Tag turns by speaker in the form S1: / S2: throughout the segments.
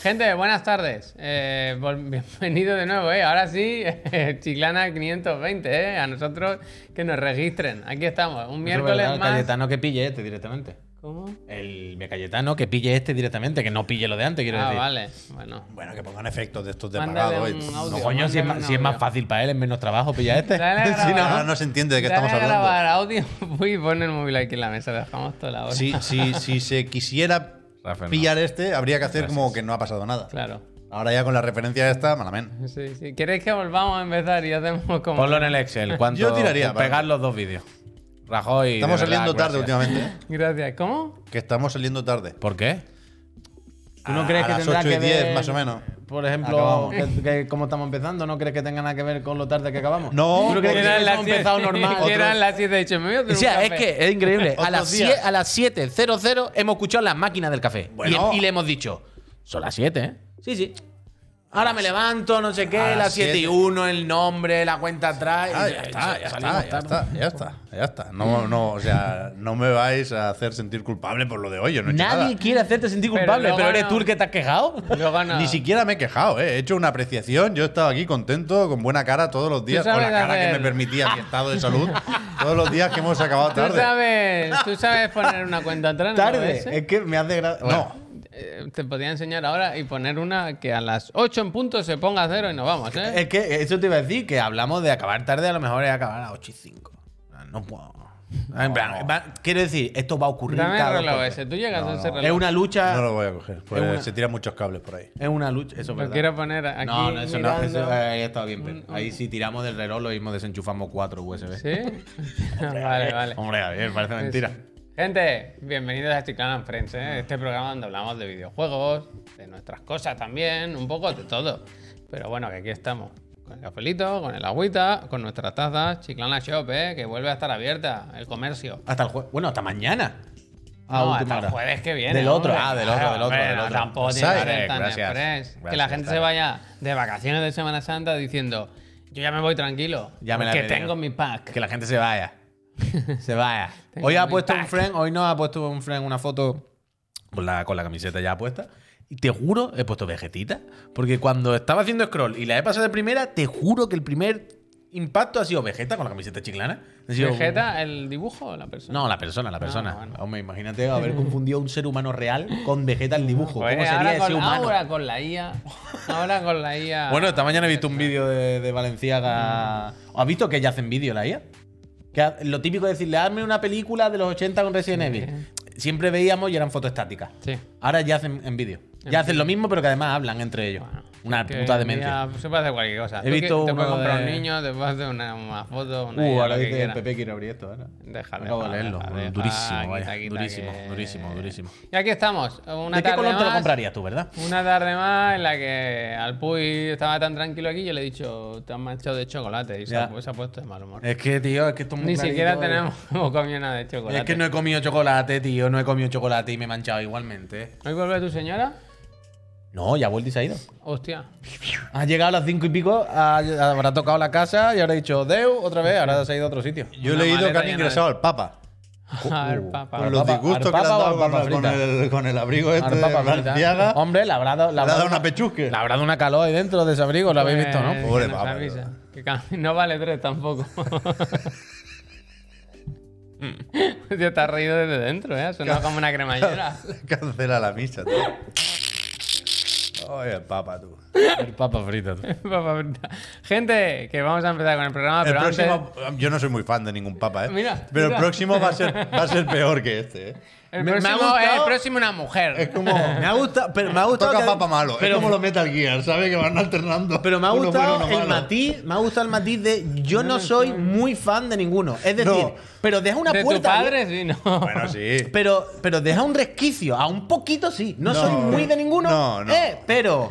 S1: Gente, buenas tardes. Eh, vol- bienvenido de nuevo, ¿eh? Ahora sí, Chiclana 520, ¿eh? A nosotros que nos registren. Aquí estamos, un miércoles
S2: El
S1: más.
S2: Cayetano que pille este directamente.
S1: ¿Cómo?
S2: El de Cayetano que pille este directamente, que no pille lo de antes, quiero
S1: Ah,
S2: decir.
S1: vale. Bueno.
S3: Bueno, que pongan efectos de estos de
S1: Mándale
S3: pagado.
S1: un
S3: eh.
S1: audio.
S2: No,
S1: Dios,
S2: coño, si es,
S1: mándame
S2: más,
S1: un
S2: si es más
S1: audio.
S2: fácil para él, es menos trabajo pillar este.
S1: Dale a
S3: Si no,
S1: grabar.
S3: ahora no se entiende de qué
S1: Dale
S3: estamos
S1: a grabar
S3: hablando.
S1: audio. Uy, pon el móvil aquí en la mesa, dejamos toda la hora.
S3: Si, si, si se quisiera
S2: Rafa, no.
S3: pillar este, habría que hacer como que no ha pasado nada.
S1: Claro.
S3: Ahora ya con la referencia esta, malamen.
S1: Sí, sí. ¿Queréis que volvamos a empezar y hacemos como.
S2: Ponlo en el Excel. ¿cuánto-
S3: Yo tiraría,
S2: Pegar
S3: vale.
S2: los dos vídeos. Rajoy. de
S3: Estamos
S2: verdad,
S3: saliendo tarde
S2: gracias.
S3: últimamente. ¿eh?
S1: Gracias. ¿Cómo?
S3: Que estamos saliendo tarde.
S2: ¿Por qué?
S3: ¿Tú no crees que tendrá que ver-
S2: Por ejemplo, que- que ¿cómo estamos empezando? ¿No crees que tenga nada que ver con lo tarde que acabamos?
S3: No,
S2: Yo creo que
S3: porque
S2: hemos
S1: las siete-
S2: empezado normal.
S1: que eran las 7 de hecho. Me voy a hacer
S2: O sea,
S1: un
S2: es
S1: café.
S2: que es increíble. A
S3: Otros
S2: las,
S3: días.
S2: 7, a las 7.00 hemos escuchado las máquinas del café. Y-
S3: Bueno.
S2: Y, le hemos dicho, son las 7, ¿eh? Sí, sí. Ahora me levanto, no sé qué,
S3: A las
S2: las 7 y
S3: siete.
S2: 1, el nombre, la cuenta atrás.
S3: Ah,
S2: y
S3: ya
S2: sa-
S3: está, ya
S2: salimos
S3: está, ya
S2: tarde.
S3: está, ya está, ya está. No, no, o sea, no me vais a hacer sentir culpable por lo de hoy. Yo no he hecho
S2: Nadie
S3: nada.
S2: quiere hacerte sentir
S1: Pero
S2: culpable, pero,
S1: luego
S2: eres
S1: no.
S2: tú el que te has quejado.
S1: Luego no.
S3: Ni siquiera me he quejado, ¿eh? he hecho una apreciación. Yo he estado aquí contento, con buena cara todos los días, con
S1: sabes
S3: la cara
S1: hacer-
S3: que me permitía mi estado de salud. Todos los días que hemos acabado
S1: Tú
S3: tarde.
S1: sabes, tú sabes poner una cuenta atrás. ¿no? ¿Ese?
S2: que me has degradado.
S3: No,
S1: Eh, te podía enseñar ahora y poner una que a las 8 en punto se ponga a cero y nos vamos, ¿eh?
S2: Es que eso te iba a decir, que hablamos de acabar tarde, a lo mejor es acabar a las 8 y 5. No puedo. En plan, va- quiero decir, esto va a ocurrir.
S1: Dame el
S2: cada dos
S1: reloj
S2: por
S1: ese. Tú llegas a ese
S2: tres. Es
S1: reloj.
S2: una lucha.
S3: no lo voy a coger. pues
S2: Es una-
S3: se tiran muchos cables por ahí.
S2: Es una lucha. Eso es
S1: Lo
S2: verdad.
S1: quiero poner aquí.
S2: no, no, eso no.
S1: mirando.
S2: eso- ahí está bien. pero Ahí si tiramos del reloj lo mismo desenchufamos cuatro USB.
S1: ¿Sí? vale, vale. Pues
S2: Hombre, Javier, parece mentira.
S1: Gente, bienvenidos a Chiclana Friends, ¿eh? este programa donde hablamos de videojuegos, de nuestras cosas también, un poco de todo. Pero bueno, que aquí estamos, con el cafelito, con el agüita, con nuestras tazas, Chiclana Shop, ¿eh? que vuelve a estar abierta, el comercio.
S2: Hasta el jueves. Bueno, hasta mañana. A
S1: No,
S2: última
S1: hasta el
S2: hora.
S1: jueves que viene.
S2: Del otro.
S1: hombre.
S2: Ah, del otro,
S1: Claro,
S2: del otro,
S1: hombre,
S2: del
S1: no,
S2: otro.
S1: tampoco tiene que
S3: ¿Sabes?
S1: ser tan
S2: Gracias,
S1: express. pues. que la
S2: gracias,
S1: gente
S2: está
S1: se
S2: bien.
S1: vaya de vacaciones de Semana Santa diciendo, yo ya me voy tranquilo,
S2: Ya me la he
S1: que
S2: pedido.
S1: tengo mi pack.
S2: Que la gente se vaya. se vaya.
S1: Tengo
S2: hoy ha
S1: mi
S2: puesto un
S1: pack.
S2: friend, hoy no ha puesto un friend una foto con la, con la camiseta ya puesta. Y te juro, he puesto vegetita. Porque cuando estaba haciendo scroll y la he pasado de primera, te juro que el primer impacto ha sido vegeta con la camiseta chiclana. Ha sido-
S1: ¿Vegeta el dibujo o la persona?
S2: No, la persona, la persona.
S1: bueno.
S2: Hombre, imagínate haber confundido un ser humano real con Vegeta el dibujo.
S1: Pues
S2: ¿Cómo
S1: ahora
S2: sería ese
S1: con,
S2: humano?
S1: Ahora con la IA. Ahora con la IA.
S2: Bueno, esta mañana he visto un vídeo de, de Valenciaga. ¿Has visto que ya hacen vídeo la IA? Que ha- lo típico de decirle, hazme una película de los 80 con Resident Evil. Siempre veíamos y eran fotostáticas.
S1: Sí.
S2: Ahora ya hacen en vídeo. Ya hacen lo mismo, pero que además hablan entre ellos. una
S1: Que
S2: puta demencia.
S1: mira, pues, se puede hacer cualquier cosa.
S2: He
S1: Tú que-
S2: visto
S1: te puedes
S2: uno
S1: comprar un
S2: de-
S1: niño, te puedes hacer una, una foto, una
S2: Uh,
S1: IA,
S2: ahora
S1: lo que
S2: dice
S1: quieras.
S2: Pepe quiere abrir esto. ahora.
S1: Déjale,
S2: Acabo de
S1: deja,
S2: leerlo.
S1: deja,
S2: durísimo,
S1: deja,
S2: vaya.
S1: quita, quita,
S2: durísimo,
S1: que-
S2: durísimo, durísimo.
S1: Y aquí estamos. Una
S2: ¿De qué
S1: tarde
S2: color te lo
S1: más,
S2: comprarías tú, verdad?
S1: Una tarde más en la que al Puy estaba tan tranquilo aquí, yo le he dicho, te han manchado de chocolate y se
S2: Ya. Eh,
S1: ha, pu- se ha puesto de mal humor.
S2: Es que, tío, es que esto es muy
S1: Ni siquiera
S2: clarito, eh.
S1: tenemos comido nada de chocolate.
S2: Es que no he comido chocolate, tío. No he comido chocolate y me he manchado igualmente.
S1: ¿Hoy vuelve tu señora?
S2: No, ya ha vuelto y se ha ido.
S1: Hostia.
S2: Ha llegado a las cinco y pico, ha- habrá tocado la casa y habrá dicho Deu otra vez, ahora se ha ido a otro sitio.
S3: Yo he
S1: Una
S3: leído que
S1: maleta
S3: han
S1: llena
S3: ingresado al Papa.
S1: A ver, papá.
S2: Al
S3: Con los
S2: Papa-
S3: disgustos
S2: al
S3: que le
S2: Papa
S3: han
S2: o
S3: dado
S2: al
S3: con,
S2: Papa
S3: con
S2: frita.
S3: el, con el abrigo este
S2: Ahora
S3: de
S2: papa frita.
S3: Balenciaga.
S2: Hombre, le habrá dado, le
S3: Le ha
S2: habrá
S3: dado una pechusque.
S2: le habrá dado una calor ahí dentro de ese abrigo, lo habéis visto, ¿no?
S1: Pues,
S3: Pobre
S1: que nos
S3: papa,
S1: avisa.
S3: ¿verdad?
S1: Que ca- no vale tres tampoco. Tío, te has reído desde dentro, ¿eh? Ha sonado como una cremallera.
S3: Cancela la misa, tío. Ay, el Papa, tú.
S2: El papa frito. tú.
S1: Papá, verdad. Gente, que vamos a empezar con el programa,
S3: El
S1: Ah, pero antes...
S3: próximo, yo no soy muy fan de ningún Papa, ¿eh?
S1: Mira,
S3: pero
S1: mira.
S3: el próximo va a ser, va a ser peor que este, ¿eh?
S1: El
S2: Me- me ha
S1: próximo,
S2: gustado-
S1: el próximo una mujer.
S3: Es como.
S2: Me ha gustado, pero me ha gustado.
S3: Toca
S2: que-
S3: papa malo.
S2: Pero,
S3: es como los Metal Gear, ¿sabes? Que van alternando.
S2: pero me ha
S3: uno
S2: gustado
S3: bueno,
S2: el
S3: uno malo.
S2: matiz, me ha gustado el matiz de yo no soy muy fan de ninguno. Es decir,
S3: No.
S2: pero deja una
S1: de
S2: puerta.
S1: tu padre, sí, no.
S3: Bueno, sí.
S2: Pero, pero deja un resquicio, a un poquito sí. No,
S3: No.
S2: soy muy de ninguno,
S3: No, no.
S2: eh, pero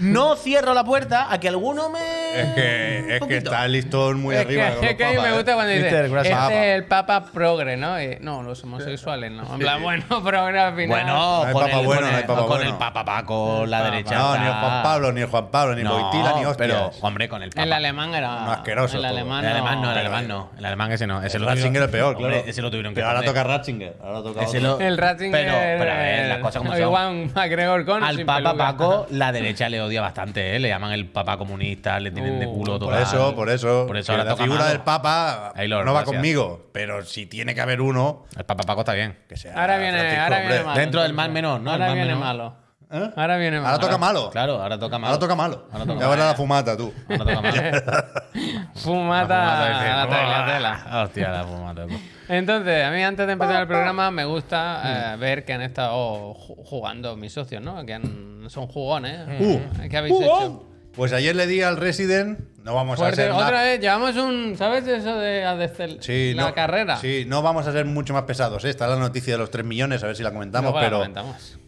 S2: no cierro la puerta a que alguno me
S3: Es que, es que
S2: poquito.
S3: está el listón muy
S1: es
S3: arriba.
S1: que,
S3: con los
S1: es que a mí
S3: papas,
S1: me gusta
S3: ¿eh?
S1: cuando dice,
S2: Mister Grass
S1: este
S3: Papa".
S1: es el papa progre, ¿no? Y, no, los homosexuales no. En plan, bueno, progre al final.
S2: Bueno,
S3: hay
S2: con,
S3: papa
S2: el,
S3: bueno,
S2: con,
S3: no hay
S2: el,
S3: papa
S2: con
S3: bueno.
S2: el Papa Paco, la derecha.
S3: No, ni
S2: está-
S3: Juan Pablo, ni Juan Pablo, ni
S2: No,
S3: Boitila, ni hostias.
S2: Pero, hombre, con el Papa.
S1: El alemán era.
S3: No, asqueroso
S1: El
S3: todo.
S1: alemán,
S2: El
S1: no.
S2: alemán no, el
S1: Pero-
S2: alemán no. El alemán ese no. Ese
S3: El
S2: lo tuvieron-
S3: Ratzinger es peor,
S2: Hombre,
S3: claro.
S2: Ese lo tuvieron que
S3: Pero ahora
S2: poner.
S3: toca Ratzinger. Ahora toca
S2: Ese
S3: otro.
S2: lo-
S1: El Ratzinger. eh,
S2: Pero, pero a ver, las cosas como son.
S1: Igual McGregor con.
S2: Al
S1: sin
S2: Papa
S1: peluca.
S2: Paco, la derecha le odia bastante, ¿eh? Le llaman el Papa comunista, le tienen de
S1: Uh,
S2: culo todo.
S3: Por eso, por eso.
S2: Por eso
S3: que
S2: ahora
S3: la
S2: toca
S3: figura
S2: malo.
S3: del Papa
S2: Ahí lo-
S3: no va
S2: gracias.
S3: conmigo. Pero si tiene que haber uno,
S2: El Papa Paco está bien.
S3: que sea.
S1: Ahora viene,
S3: Francisco,
S1: ahora
S3: hombre.
S1: viene malo.
S2: eh, Dentro del mal
S1: entonces.
S2: menor, ¿no? El
S1: Ahora
S2: mal
S1: viene
S2: menor.
S1: malo.
S3: ¿Eh?
S1: Ahora viene malo.
S3: Ahora toca malo.
S2: Claro, ahora toca malo.
S3: Ahora toca malo.
S2: Ahora toca
S3: Ya verás la fumata tú.
S2: Ahora toca malo.
S1: Fumata. La tela, la tela.
S2: Hostia, la fumata. tú.
S1: Entonces, a mí antes de empezar el programa me gusta eh, ver que han estado ju- jugando mis socios, ¿no? Que han- son jugones. ¿eh? ¿Qué habéis hecho?
S3: Pues ayer le di al Resident, no vamos a
S1: Fuerte.
S3: Pues hacer
S1: otra
S3: más-
S1: vez, llevamos un. ¿Sabes eso de Adestel?
S3: Sí,
S1: la
S3: no-
S1: carrera.
S3: Sí, no vamos a ser mucho más pesados. ¿eh? Está la noticia de los 3 millones, a ver si la comentamos,
S1: Luego la
S3: pero,
S1: comentamos.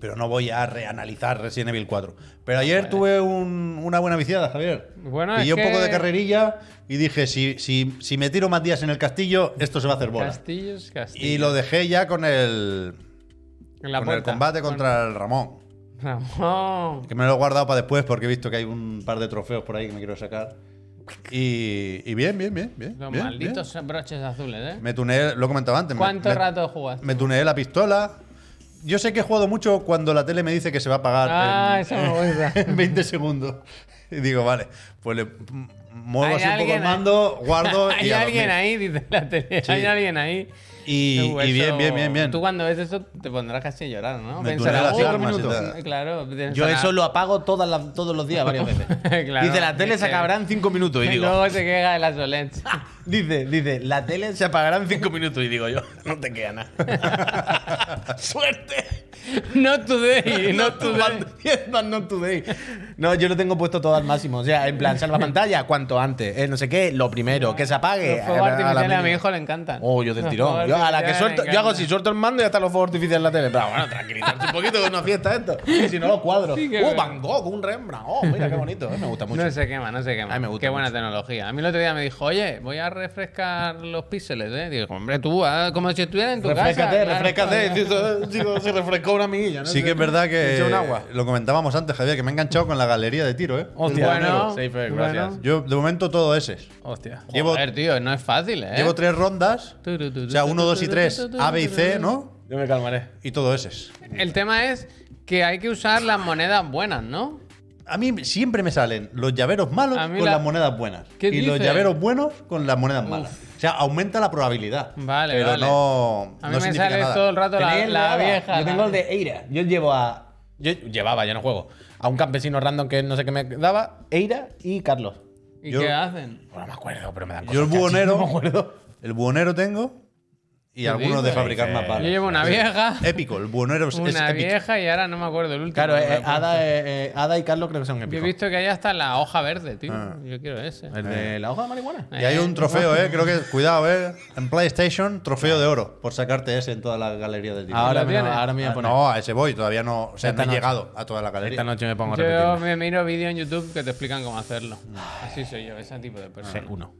S3: pero no voy a reanalizar Resident Evil 4. Pero ayer tuve un- una buena viciada, Javier.
S1: Bueno,
S3: Pillé
S1: es
S3: un poco
S1: que-
S3: de carrerilla y dije, si, si, si me tiro más días en el castillo, esto se va a hacer bola.
S1: Castillos, castillos.
S3: Y lo dejé ya con el,
S1: En la
S3: con el
S1: puerta.
S3: combate contra el Ramón.
S1: Ramón.
S3: Que me lo he guardado para después porque he visto que hay un par de trofeos por ahí que me quiero sacar. Y, y bien, bien, bien, bien.
S1: Los
S3: bien,
S1: malditos broches azules, ¿eh?
S3: bien. Me tuneé, lo he comentado antes. me-
S1: ¿Cuánto
S3: me,
S1: rato jugaste?
S3: Me tuneé la pistola. Yo sé que he jugado mucho cuando la tele me dice que se va a apagar
S1: Ah,
S3: en-
S1: eso me gusta.
S3: en, 20 segundos. Y digo, vale, pues le m- muevo
S1: Hay
S3: así un poco el
S1: alguien ahí.
S3: mando, guardo y
S1: Hay
S3: a
S1: alguien
S3: dormir.
S1: ahí, dice la tele.
S3: Sí.
S1: Hay alguien ahí.
S3: Y,
S1: Uh,
S3: y bien,
S1: eso-
S3: bien, bien, bien.
S1: Tú cuando ves eso te pondrás casi a llorar, ¿no?
S3: Me
S1: Pensarás,
S3: tunela
S1: "Oh,
S3: las
S1: cinco
S3: armas y
S1: minutos".
S3: tal.
S1: Claro.
S2: Yo eso lo apago todas las- todos los días, varias veces.
S1: Claro.
S2: dice, la tele se acabará en cinco minutos. Y
S1: Y
S2: digo,
S1: luego se queja de la solencia.
S2: dice, dice, la tele se apagará en cinco minutos. Y digo yo, no te queda nada. ¡Suerte!
S1: Not today,
S2: No
S1: not today.
S2: no today. No, yo lo tengo puesto todo al máximo. O sea, en plan, salva pantalla, cuanto antes. eh, no sé qué, lo primero, que se apague.
S1: Los fuegos
S2: Eh, a la- a la
S1: artificiales a, mi
S2: mínima.
S1: hijo le encantan.
S2: Oh, yo del
S1: Los
S2: tirón.
S1: fuegos
S2: Yo, a la que
S1: artificiales
S2: suelto,
S1: le
S2: yo hago
S1: encantan.
S2: así, suelto el mando y hasta los fuegos artificiales en la tele. Pero bueno, tranquilizarte un poquito con una fiesta esto. Si no, los cuadros.
S1: Sí que
S2: ¡Uh,
S1: veo.
S2: Van Gogh, un Rembrandt! ¡Oh, mira qué bonito! eh, Me gusta mucho.
S1: No se quema, no se quema.
S2: A mí me gusta
S1: Qué buena
S2: mucho.
S1: tecnología. A mí el otro día me dijo, oye, voy a refrescar los píxeles, ¿eh? Digo, hombre, tú, ah, como si estuviera en tu casa.
S2: Refrescate,
S1: claro,
S2: refrescate.
S1: coño.
S2: Chico, se refrescó una amiguilla. ¿no?
S3: Sí que es verdad
S2: Se
S3: que
S2: echó un agua.
S3: lo comentábamos antes, Javier, que me he enganchado con la galería de tiro, ¿eh?
S2: Hostia,
S1: Bueno,
S2: amigo. Safer, gracias.
S1: bueno.
S3: Yo, de momento, todo ese.
S2: Hostia.
S3: Llevo-
S1: Joder, tío, no es fácil, ¿eh?
S3: Llevo tres rondas,
S1: Tu, tu, tu,
S3: o sea,
S1: tu,
S3: uno,
S1: tu,
S3: dos y
S1: tu,
S3: tres,
S1: tu, tu,
S3: A, B y
S1: tu,
S3: C,
S1: tu.
S3: ¿no?
S2: Yo me calmaré.
S3: Y todo ese.
S1: El tema es que hay que usar las monedas buenas, ¿no?
S3: A mí siempre me salen los llaveros malos
S1: A mí
S3: con
S1: la-
S3: las monedas buenas.
S1: ¿Qué
S3: y los
S1: dices?
S3: llaveros buenos con las monedas malas. O sea, aumenta la probabilidad.
S1: Vale,
S3: pero
S1: vale.
S3: no,
S1: A
S3: no
S1: mí me
S3: significa
S1: sale
S3: nada.
S1: todo el rato la,
S2: Tenéis
S1: la
S2: nada.
S1: vieja.
S2: Yo
S1: la-
S2: tengo el de Eira. Yo llevo a. Yo llevaba, yo no juego. A un campesino random que no sé qué me daba, Eira y Carlos.
S1: ¿Y
S3: Yo-
S1: qué hacen?
S2: Bueno, me acuerdo, pero me dan
S3: Yo el
S2: cosas que
S3: buhonero.
S2: así no me acuerdo.
S3: El buhonero tengo y
S1: ¿Qué
S3: algunos de
S1: dices?
S3: fabricar más
S1: Yo
S3: balas.
S1: llevo una vieja,
S3: Épico, el buhonero
S2: pues
S3: es, es
S1: una
S3: épico.
S1: vieja y ahora no me acuerdo el último.
S2: Claro,
S1: que
S2: eh,
S1: me
S2: eh,
S1: puse.
S2: Ada, eh, eh, Ada y Carlos creo que son
S1: Yo he
S2: épicos.
S1: visto que hay hasta la hoja verde, tío.
S2: Ah.
S1: Yo quiero ese.
S2: El de la hoja de marihuana.
S3: Y hay un trofeo, eh. Creo que, cuidado, eh. En PlayStation, trofeo de oro. Por sacarte ese en toda la galería de tiro.
S2: Ahora,
S1: ¿Lo
S2: me,
S1: tienes?
S2: ahora me voy a
S3: Ah,
S2: poner.
S3: no, a ese voy, todavía no. O sea, no
S2: Esta
S3: he
S2: noche.
S3: llegado a toda la galería.
S2: Esta noche me pongo a
S1: Yo
S2: repetir.
S1: me miro vídeos en YouTube que te explican cómo hacerlo. Así soy yo, ese tipo de persona.
S2: Uno.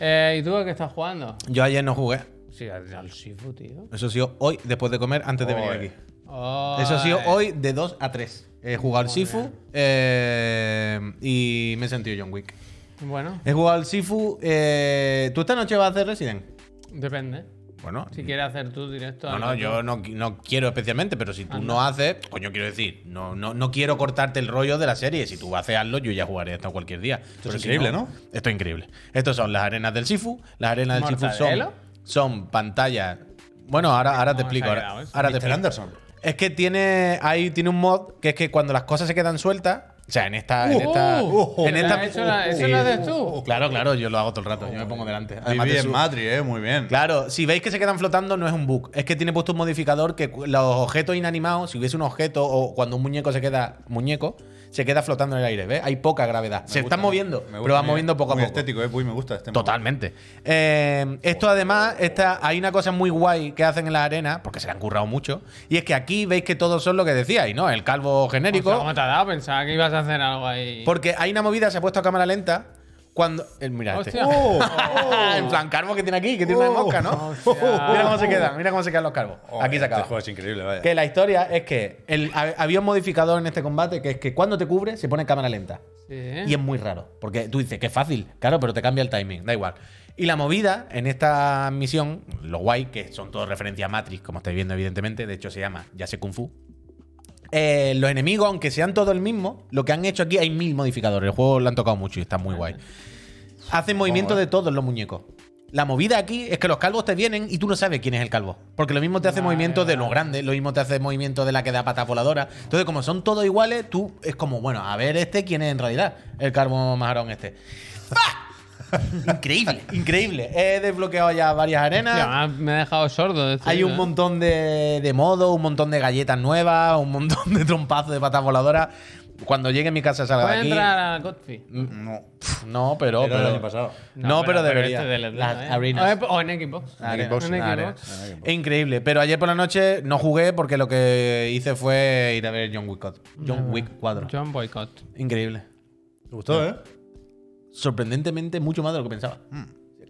S1: Eh, ¿Y tú a qué estás jugando?
S2: Yo ayer no jugué.
S1: Sí, al, al Sifu, tío.
S2: Eso ha sido hoy, después de comer, antes de venir
S3: Oy.
S2: aquí.
S1: Oh,
S2: Eso ha sido
S1: eh.
S2: hoy de 2 a 3. He jugado al Sifu eh, y me he sentido John Wick.
S1: Bueno,
S2: He jugado al Sifu. eh, ¿Tú esta noche vas a hacer Resident?
S1: depende.
S2: Bueno,
S1: Si quieres hacer tú directo.
S2: no,
S1: algo
S2: no,
S1: tú.
S2: yo no, qui- no quiero especialmente, pero si tú no haces, coño, quiero decir, no, no, no quiero cortarte el rollo de la serie. Si tú haces algo, yo ya jugaré hasta cualquier día. Esto
S3: es increíble, ¿no?
S2: Esto es increíble. Estas son las arenas del Sifu. Las arenas del Sifu son,
S1: ¿Mortadelo?
S2: son pantallas. Bueno, ahora, ahora te
S1: ¿Cómo
S2: explico.
S1: se ha
S2: Ahora,
S1: quedado eso?
S2: ahora te
S3: Mr.
S2: explico.
S3: Anderson.
S2: Es que tiene ahí tiene un mod que es que cuando las cosas se quedan sueltas, o sea, en esta en
S1: Uh,
S2: esta
S1: uh,
S2: en
S1: uh,
S2: esta
S1: eso la- eso lo haces tú.
S2: Claro, claro, yo lo hago todo el rato, yo me pongo delante. Además
S3: Viví
S2: de
S3: en
S2: su-
S3: Madrid, eh. Muy bien.
S2: Claro, si veis que se quedan flotando no es un bug, es que tiene puesto un modificador que cu- los objetos inanimados, si hubiese un objeto o cuando un muñeco se queda muñeco, se queda flotando en el aire, ¿ves? Hay poca gravedad. se
S3: gusta,
S2: están moviendo,
S3: me gusta,
S2: pero van
S3: muy-
S2: moviendo poco a
S3: muy
S2: poco.
S3: estético, eh, Puy, me gusta este momento.
S2: Totalmente. Eh, esto además, esta, hay una cosa muy guay que hacen en la arena, porque se le han currado mucho, y es que aquí veis que todos son lo que decíais, ¿no? El calvo genérico.
S1: Hostia, ¿Cómo te ha dado? Pensaba que ibas a hacer algo ahí.
S2: Porque hay una movida, se ha puesto a cámara lenta. Cuando. eh, mira, este. Ah,
S1: Hostia.
S3: ¡Oh!
S2: en plan carbo que tiene aquí, que tiene una
S3: Oh.
S2: mosca, ¿no? Mira cómo se quedan, mira cómo se quedan los carvos. aquí se
S3: Este
S2: acaba.
S3: juego es increíble, vaya.
S2: Que la historia es que el, ha- había un modificador en este combate que es que cuando te cubre se pone cámara lenta.
S1: Sí.
S2: Y es muy raro. Porque tú dices que es fácil, claro, pero te cambia el timing, da igual. Y la movida en esta misión, lo guay, que son todos referencias a Matrix, como estáis viendo, evidentemente, de hecho se llama Ya sé Kung Fu. Eh, los enemigos, aunque sean todos el mismo, lo que han hecho aquí hay mil modificadores. El juego lo han tocado mucho y está muy guay. Hacen movimiento de todos los muñecos. La movida aquí es que los calvos te vienen y tú no sabes quién es el calvo. Porque lo mismo te hace
S1: Vale,
S2: movimiento de
S1: vale.
S2: los grandes, lo mismo te hace movimiento de la que da patas voladoras. Entonces, como son todos iguales, tú es como, bueno, a ver este quién es en realidad el calvo marrón este. ¡Fa! increíble, increíble. He desbloqueado ya varias arenas.
S1: Hostia, me ha- me ha dejado sordo. de este
S2: Hay un
S1: vídeo, ¿eh?
S2: montón de, de modos, un montón de galletas nuevas, un montón de trompazos de patas voladoras. Cuando llegue a mi casa salga de
S1: Puede
S2: aquí.
S1: entrar a Godfrey.
S3: No.
S2: Pf, No, pero.
S3: Era el
S2: pero-
S3: año pasado.
S2: No, pero, debería.
S1: este del-
S2: Las
S1: ¿eh?
S2: arenas.
S1: O- O en Xbox.
S2: Arena.
S3: Xbox,
S1: En
S3: sí.
S2: Arena.
S1: Xbox.
S3: Arena, Xbox.
S2: Es increíble, pero ayer por la noche no jugué porque lo que hice fue ir a ver John Wick 4. John Wick 4.
S1: Ah, John Boycott.
S2: Increíble.
S3: ¿Te gustó, eh?
S2: Sorprendentemente mucho más de lo que pensaba.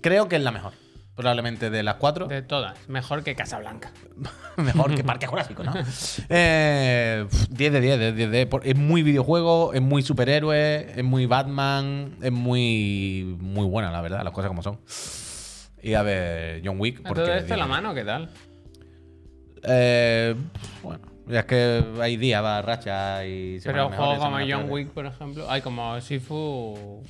S2: Creo que es la mejor. Probablemente de las cuatro.
S1: De todas. Mejor que Casablanca.
S2: Mejor que Parque Jurásico, ¿no? Eh, pf, 10 de 10, de 10 de por- Es muy videojuego, es muy superhéroe, es muy Batman, es muy muy buena, la verdad, las cosas como son. Y a ver, John Wick. Porque
S1: Entonces, esto en la
S2: 10.
S1: mano, ¿qué tal?
S2: Eh, pf, bueno, ya es que hay días, va racha y se
S1: Pero un juego como John Wick, por ejemplo. Ay, como Sifu.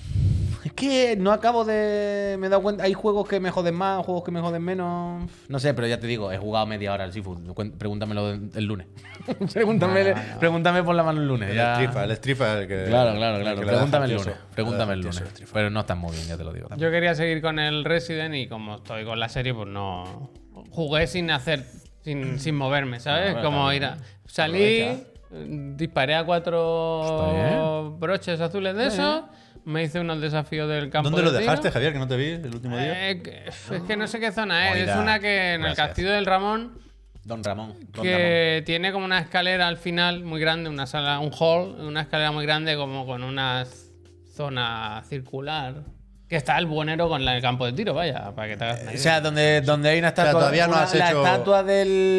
S2: Es que no acabo de. Me he dado cuenta. Hay juegos que me joden más, juegos que me joden menos. No sé, pero ya te digo, he jugado media hora al Sifu. Cuen- Pregúntamelo el lunes. pregúntame, pregúntame por la mano el lunes.
S3: El
S2: ya.
S3: Strifa, el Strifa es el que.
S2: Claro, claro,
S3: el
S2: claro.
S3: que le
S2: Pregúntame
S3: deja
S2: el
S3: tieso.
S2: lunes.
S3: Le
S2: Pregúntame el
S3: deja tieso
S2: lunes. Pero no están muy bien, ya te lo digo. tampoco.
S1: Yo quería seguir con el Resident y como estoy con la serie, pues no. Jugué sin hacer. Sin, sin moverme, ¿sabes?
S2: Bueno,
S1: como
S2: está
S1: ir a.
S2: bien.
S1: Salí.
S2: Aprovecha.
S1: eh, Disparé a
S2: Está
S1: cuatro broches azules de esos. Me hice unos desafíos del campo.
S3: ¿Dónde lo
S1: de tiro.
S3: dejaste, Javier, que no te vi el último día?
S1: Eh, que- es que no sé qué zona es.
S2: Moira,
S1: Es una que en
S2: gracias.
S1: el castillo del Ramón.
S2: Don Ramón. Don Ramón.
S1: que tiene como una escalera al final muy grande, una sala, un hall, una escalera muy grande como con una z- zona circular. Que está el buenero con la- el campo de tiro, vaya, para que te hagas una
S2: O
S1: idea.
S2: sea, donde, donde hay una estatua.
S3: todavía no
S2: una-
S3: has
S2: la
S3: hecho-
S2: estatua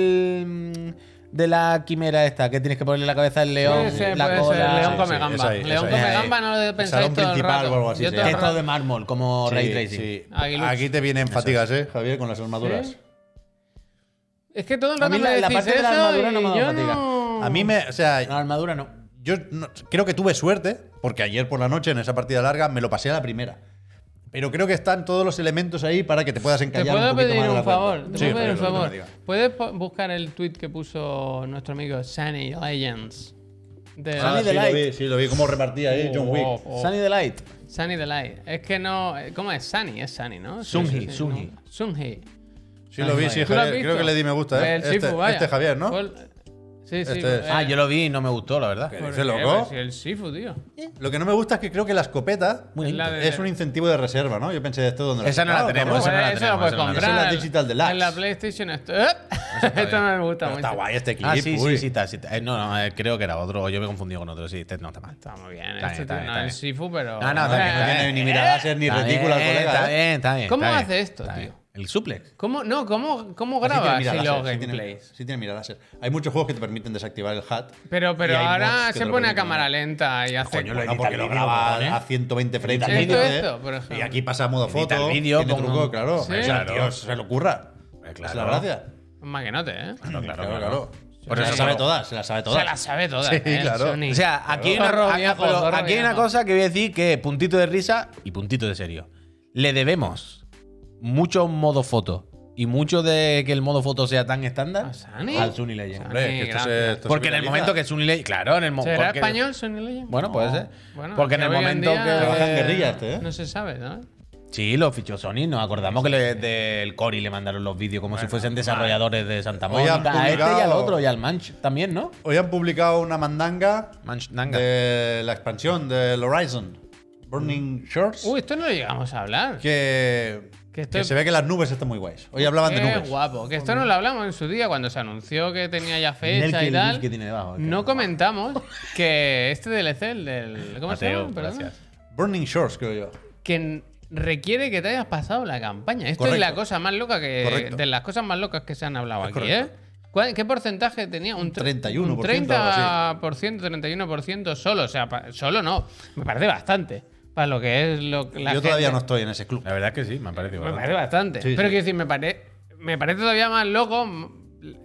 S2: del. De la quimera esta, que tienes que ponerle en la cabeza el león.
S1: Puede ser,
S2: la
S1: puede ser,
S2: cola.
S1: León
S3: Sí,
S1: come
S3: sí,
S1: gamba.
S3: esa ahí,
S1: León
S3: esa ahí.
S1: come
S3: Esa ahí.
S1: gamba no lo pensáis
S3: Salón
S1: todo el
S3: principal
S1: rato.
S3: o algo así
S1: Yo
S3: se
S1: todo el
S2: Que
S3: llama.
S2: es todo de mármol, como Ray Tracing.
S3: sí.
S1: Aguiluz.
S3: Aquí te vienen fatigas, ¿eh, Javier, con las armaduras?
S1: ¿Sí? rato- Es que todo el
S2: A
S1: rato
S2: mí
S1: me
S2: la- la
S1: decís
S2: parte de la
S1: eso
S2: armadura
S1: y
S2: no me ha dado
S1: yo
S2: fatiga.
S1: no-
S3: A mí me. O
S2: La
S3: sea,
S2: armadura no.
S3: yo no- creo que tuve suerte, porque ayer por la noche en esa partida larga me lo pasé a la primera. Pero creo que están todos los elementos ahí para que te puedas
S1: Te
S3: encallar un
S1: puedo
S3: poquito
S1: pedir
S3: más de
S1: un
S3: la
S1: favor,
S3: cuenta.
S1: te
S3: Sí,
S1: puedo pedir un
S3: pero no me
S1: favor.
S3: digas.
S1: ¿Puedes po- buscar el tweet que puso nuestro amigo Sunny Legends? De
S2: Sunny
S3: Ah, sí, lo
S2: Delight.
S3: vi, sí, lo vi cómo repartía ahí John Wick.
S1: Oh, oh.
S2: Sunny Delight.
S1: Sunny Delight. Es que no. eh, ¿Cómo es? Sunny, es Sunny, ¿no?
S2: Sunji,
S1: Sí, sí, sí,
S2: Sunji.
S1: ¿no? Sunji.
S3: Sí, lo vi, sí,
S1: ¿Tú lo has
S3: Javier. Creo
S1: visto?
S3: que le di me gusta, ¿eh?
S1: El
S3: Este,
S1: Sifu, vaya.
S3: este Javier, ¿no?
S1: Fue el- Sí, sí.
S3: Este es.
S1: eh,
S2: Ah, yo lo vi y no me gustó, la verdad.
S3: ¿Qué
S1: ¿por
S3: dice,
S1: qué?
S3: loco?
S1: Pues si el Sifu, tío.
S3: Lo que no me gusta es que creo que la escopeta
S2: Muy
S1: Es la de-
S3: es un incentivo de reserva, ¿no? ¿eh? Yo pensé, ¿esto dónde lo
S2: Esa no la
S3: sacaron,
S2: tenemos,
S3: cabrón?
S2: esa no la
S1: Pues lo
S2: tenemos,
S1: puedes
S2: esa no la
S1: comprar.
S3: tenemos. Esa es la Digital Deluxe.
S1: En la PlayStation esto. ¡Eh! Esto no me gusta
S3: Pero
S1: mucho.
S3: Está guay este clip,
S2: Ah, sí,
S3: uy.
S2: sí, sí, está, sí, está. Eh, no, no, eh, creo que era otro. Yo me he confundido con otro, sí, este no está mal.
S1: Está muy bien.
S2: Está
S1: este
S2: bien, está
S1: tío
S2: bien,
S1: no
S2: está
S1: es
S2: bien.
S1: Sifu, pero.
S2: No, no,
S1: Eh,
S2: está bien,
S3: No tiene ni miradaser ni
S2: Está
S3: retícula el
S2: bien,
S3: colega.
S2: Está
S3: ¿eh?
S2: bien, está bien.
S1: ¿Cómo
S2: está
S1: hace
S2: bien,
S1: esto,
S2: está
S1: tío?
S2: bien. El suplex.
S1: ¿Cómo, no, ¿cómo, cómo
S3: Sí tiene
S1: grabas
S3: mira
S1: así
S3: láser,
S1: los
S3: sí tiene-
S1: gameplays?
S3: Sí tiene mira láser. Hay muchos juegos que te permiten desactivar el HUD.
S1: Pero, pero
S3: y hay mods
S1: ahora
S3: que te
S1: se
S3: lo
S1: pone a
S3: permiten.
S1: cámara lenta y hace.
S2: Coño, lo
S3: No,
S2: edita
S3: porque
S2: el
S3: lo
S2: vídeo,
S3: graba
S2: cabrón, ¿eh?
S3: a 120 frames.
S2: Edita el
S3: ¿no?
S1: vídeo. Esto, por ejemplo.
S3: Y aquí pasa a modo
S2: Edita
S3: foto.
S2: el vídeo
S3: tiene
S2: con-
S3: truco, claro.
S1: Sí.
S3: O sea,
S2: Claro.
S3: tío, se lo curra.
S2: Eh, claro.
S3: Es Pues la gracia.
S1: Un maquinote, ¿eh?
S2: Claro, claro,
S3: Claro,
S2: claro.
S3: claro.
S2: Por
S3: se
S2: eso
S3: la sabe todas, se la sabe todas.
S1: Se la sabe toda.
S3: Sí,
S1: ¿eh? El
S3: claro.
S1: Sony.
S2: O sea, aquí hay,
S1: Zorro
S2: una, aquí-
S1: viejo,
S2: pero
S1: zorro
S2: aquí hay una
S1: viejo.
S2: cosa que voy a decir que puntito de risa y puntito de serio. Le debemos mucho modo foto y mucho de que el modo foto sea tan estándar
S1: ¿A Sunny?
S2: al Sunny Legend.
S3: Hombre, es que esto se- esto se
S2: Porque en el
S3: viraliza.
S2: momento que Sunny Legend. Claro, en el momento.
S1: ¿Será español Sony Legend?
S2: Bueno, puede ser.
S1: Bueno,
S2: porque en
S1: que
S2: el
S1: hoy en
S2: momento
S1: día-
S2: que.
S3: Trabajan guerrilla este, ¿eh?
S1: No se sabe, ¿no?
S2: Sí, lo fichó Sony. Nos acordamos que le- del Cori le mandaron los vídeos como si fuesen desarrolladores de Santa
S3: Hoy han
S2: Mónica. A este y al
S3: publicado-
S2: otro, y al Manch también, ¿no?
S3: Hoy han publicado una mandanga
S2: Manch Nanga.
S3: de la expansión del Horizon, Burning Shores,
S1: Uy, esto no lo llegamos a hablar.
S3: que,
S1: Que Eh, esto
S3: que
S1: es-
S3: se ve que las nubes están muy guays. Hoy hablaban de
S1: Qué
S3: nubes.
S1: guapo. Que esto no lo hablamos en su día cuando se anunció que tenía ya
S2: Mirad
S1: fecha
S2: que
S1: y
S2: el
S1: tal.
S2: GIF que tiene debajo, que
S1: no
S2: guapo.
S1: comentamos que este DLC, el del. ¿Cómo se
S2: Mateo,
S1: llama? Perdón.
S2: gracias.
S3: Burning Shores, creo yo.
S1: Que n- requiere que te hayas pasado la campaña. Esto es
S3: Correcto.
S1: la cosa más loca que.
S3: Correcto.
S1: De las cosas más locas que se han hablado
S3: Es
S1: aquí,
S3: correcto.
S1: ¿eh? ¿Cuál- ¿Qué porcentaje tenía? Un, tre-
S3: 31%
S1: un
S3: o algo
S1: 30%, 31% solo. O sea, pa- solo no. Me parece bastante. Para lo que es lo, la
S3: yo todavía
S1: gente-
S3: no estoy en ese club.
S2: La verdad es que sí, me parece
S1: Me parece bastante.
S3: Sí,
S1: Pero
S3: sí.
S1: quiero decir, me, pare- me parece todavía más loco m-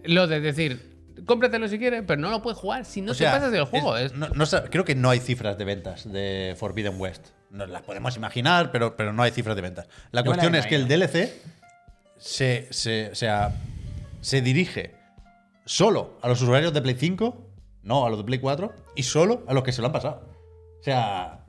S1: lo de decir, cómpratelo si quieres, pero no lo puedes jugar si no
S3: O
S1: te
S3: sea,
S1: pasas del
S3: es-
S1: juego. Es,
S3: no- no sa- creo que no hay cifras de ventas de Forbidden West. Nos las podemos imaginar, pero, pero no hay cifras de ventas. La
S2: No me
S3: cuestión
S2: las
S3: es que el
S2: imagino.
S3: DLC se, se, o sea, se dirige solo a los usuarios de Play 5, no a los de Play 4, y solo a los que se lo han pasado. O sea,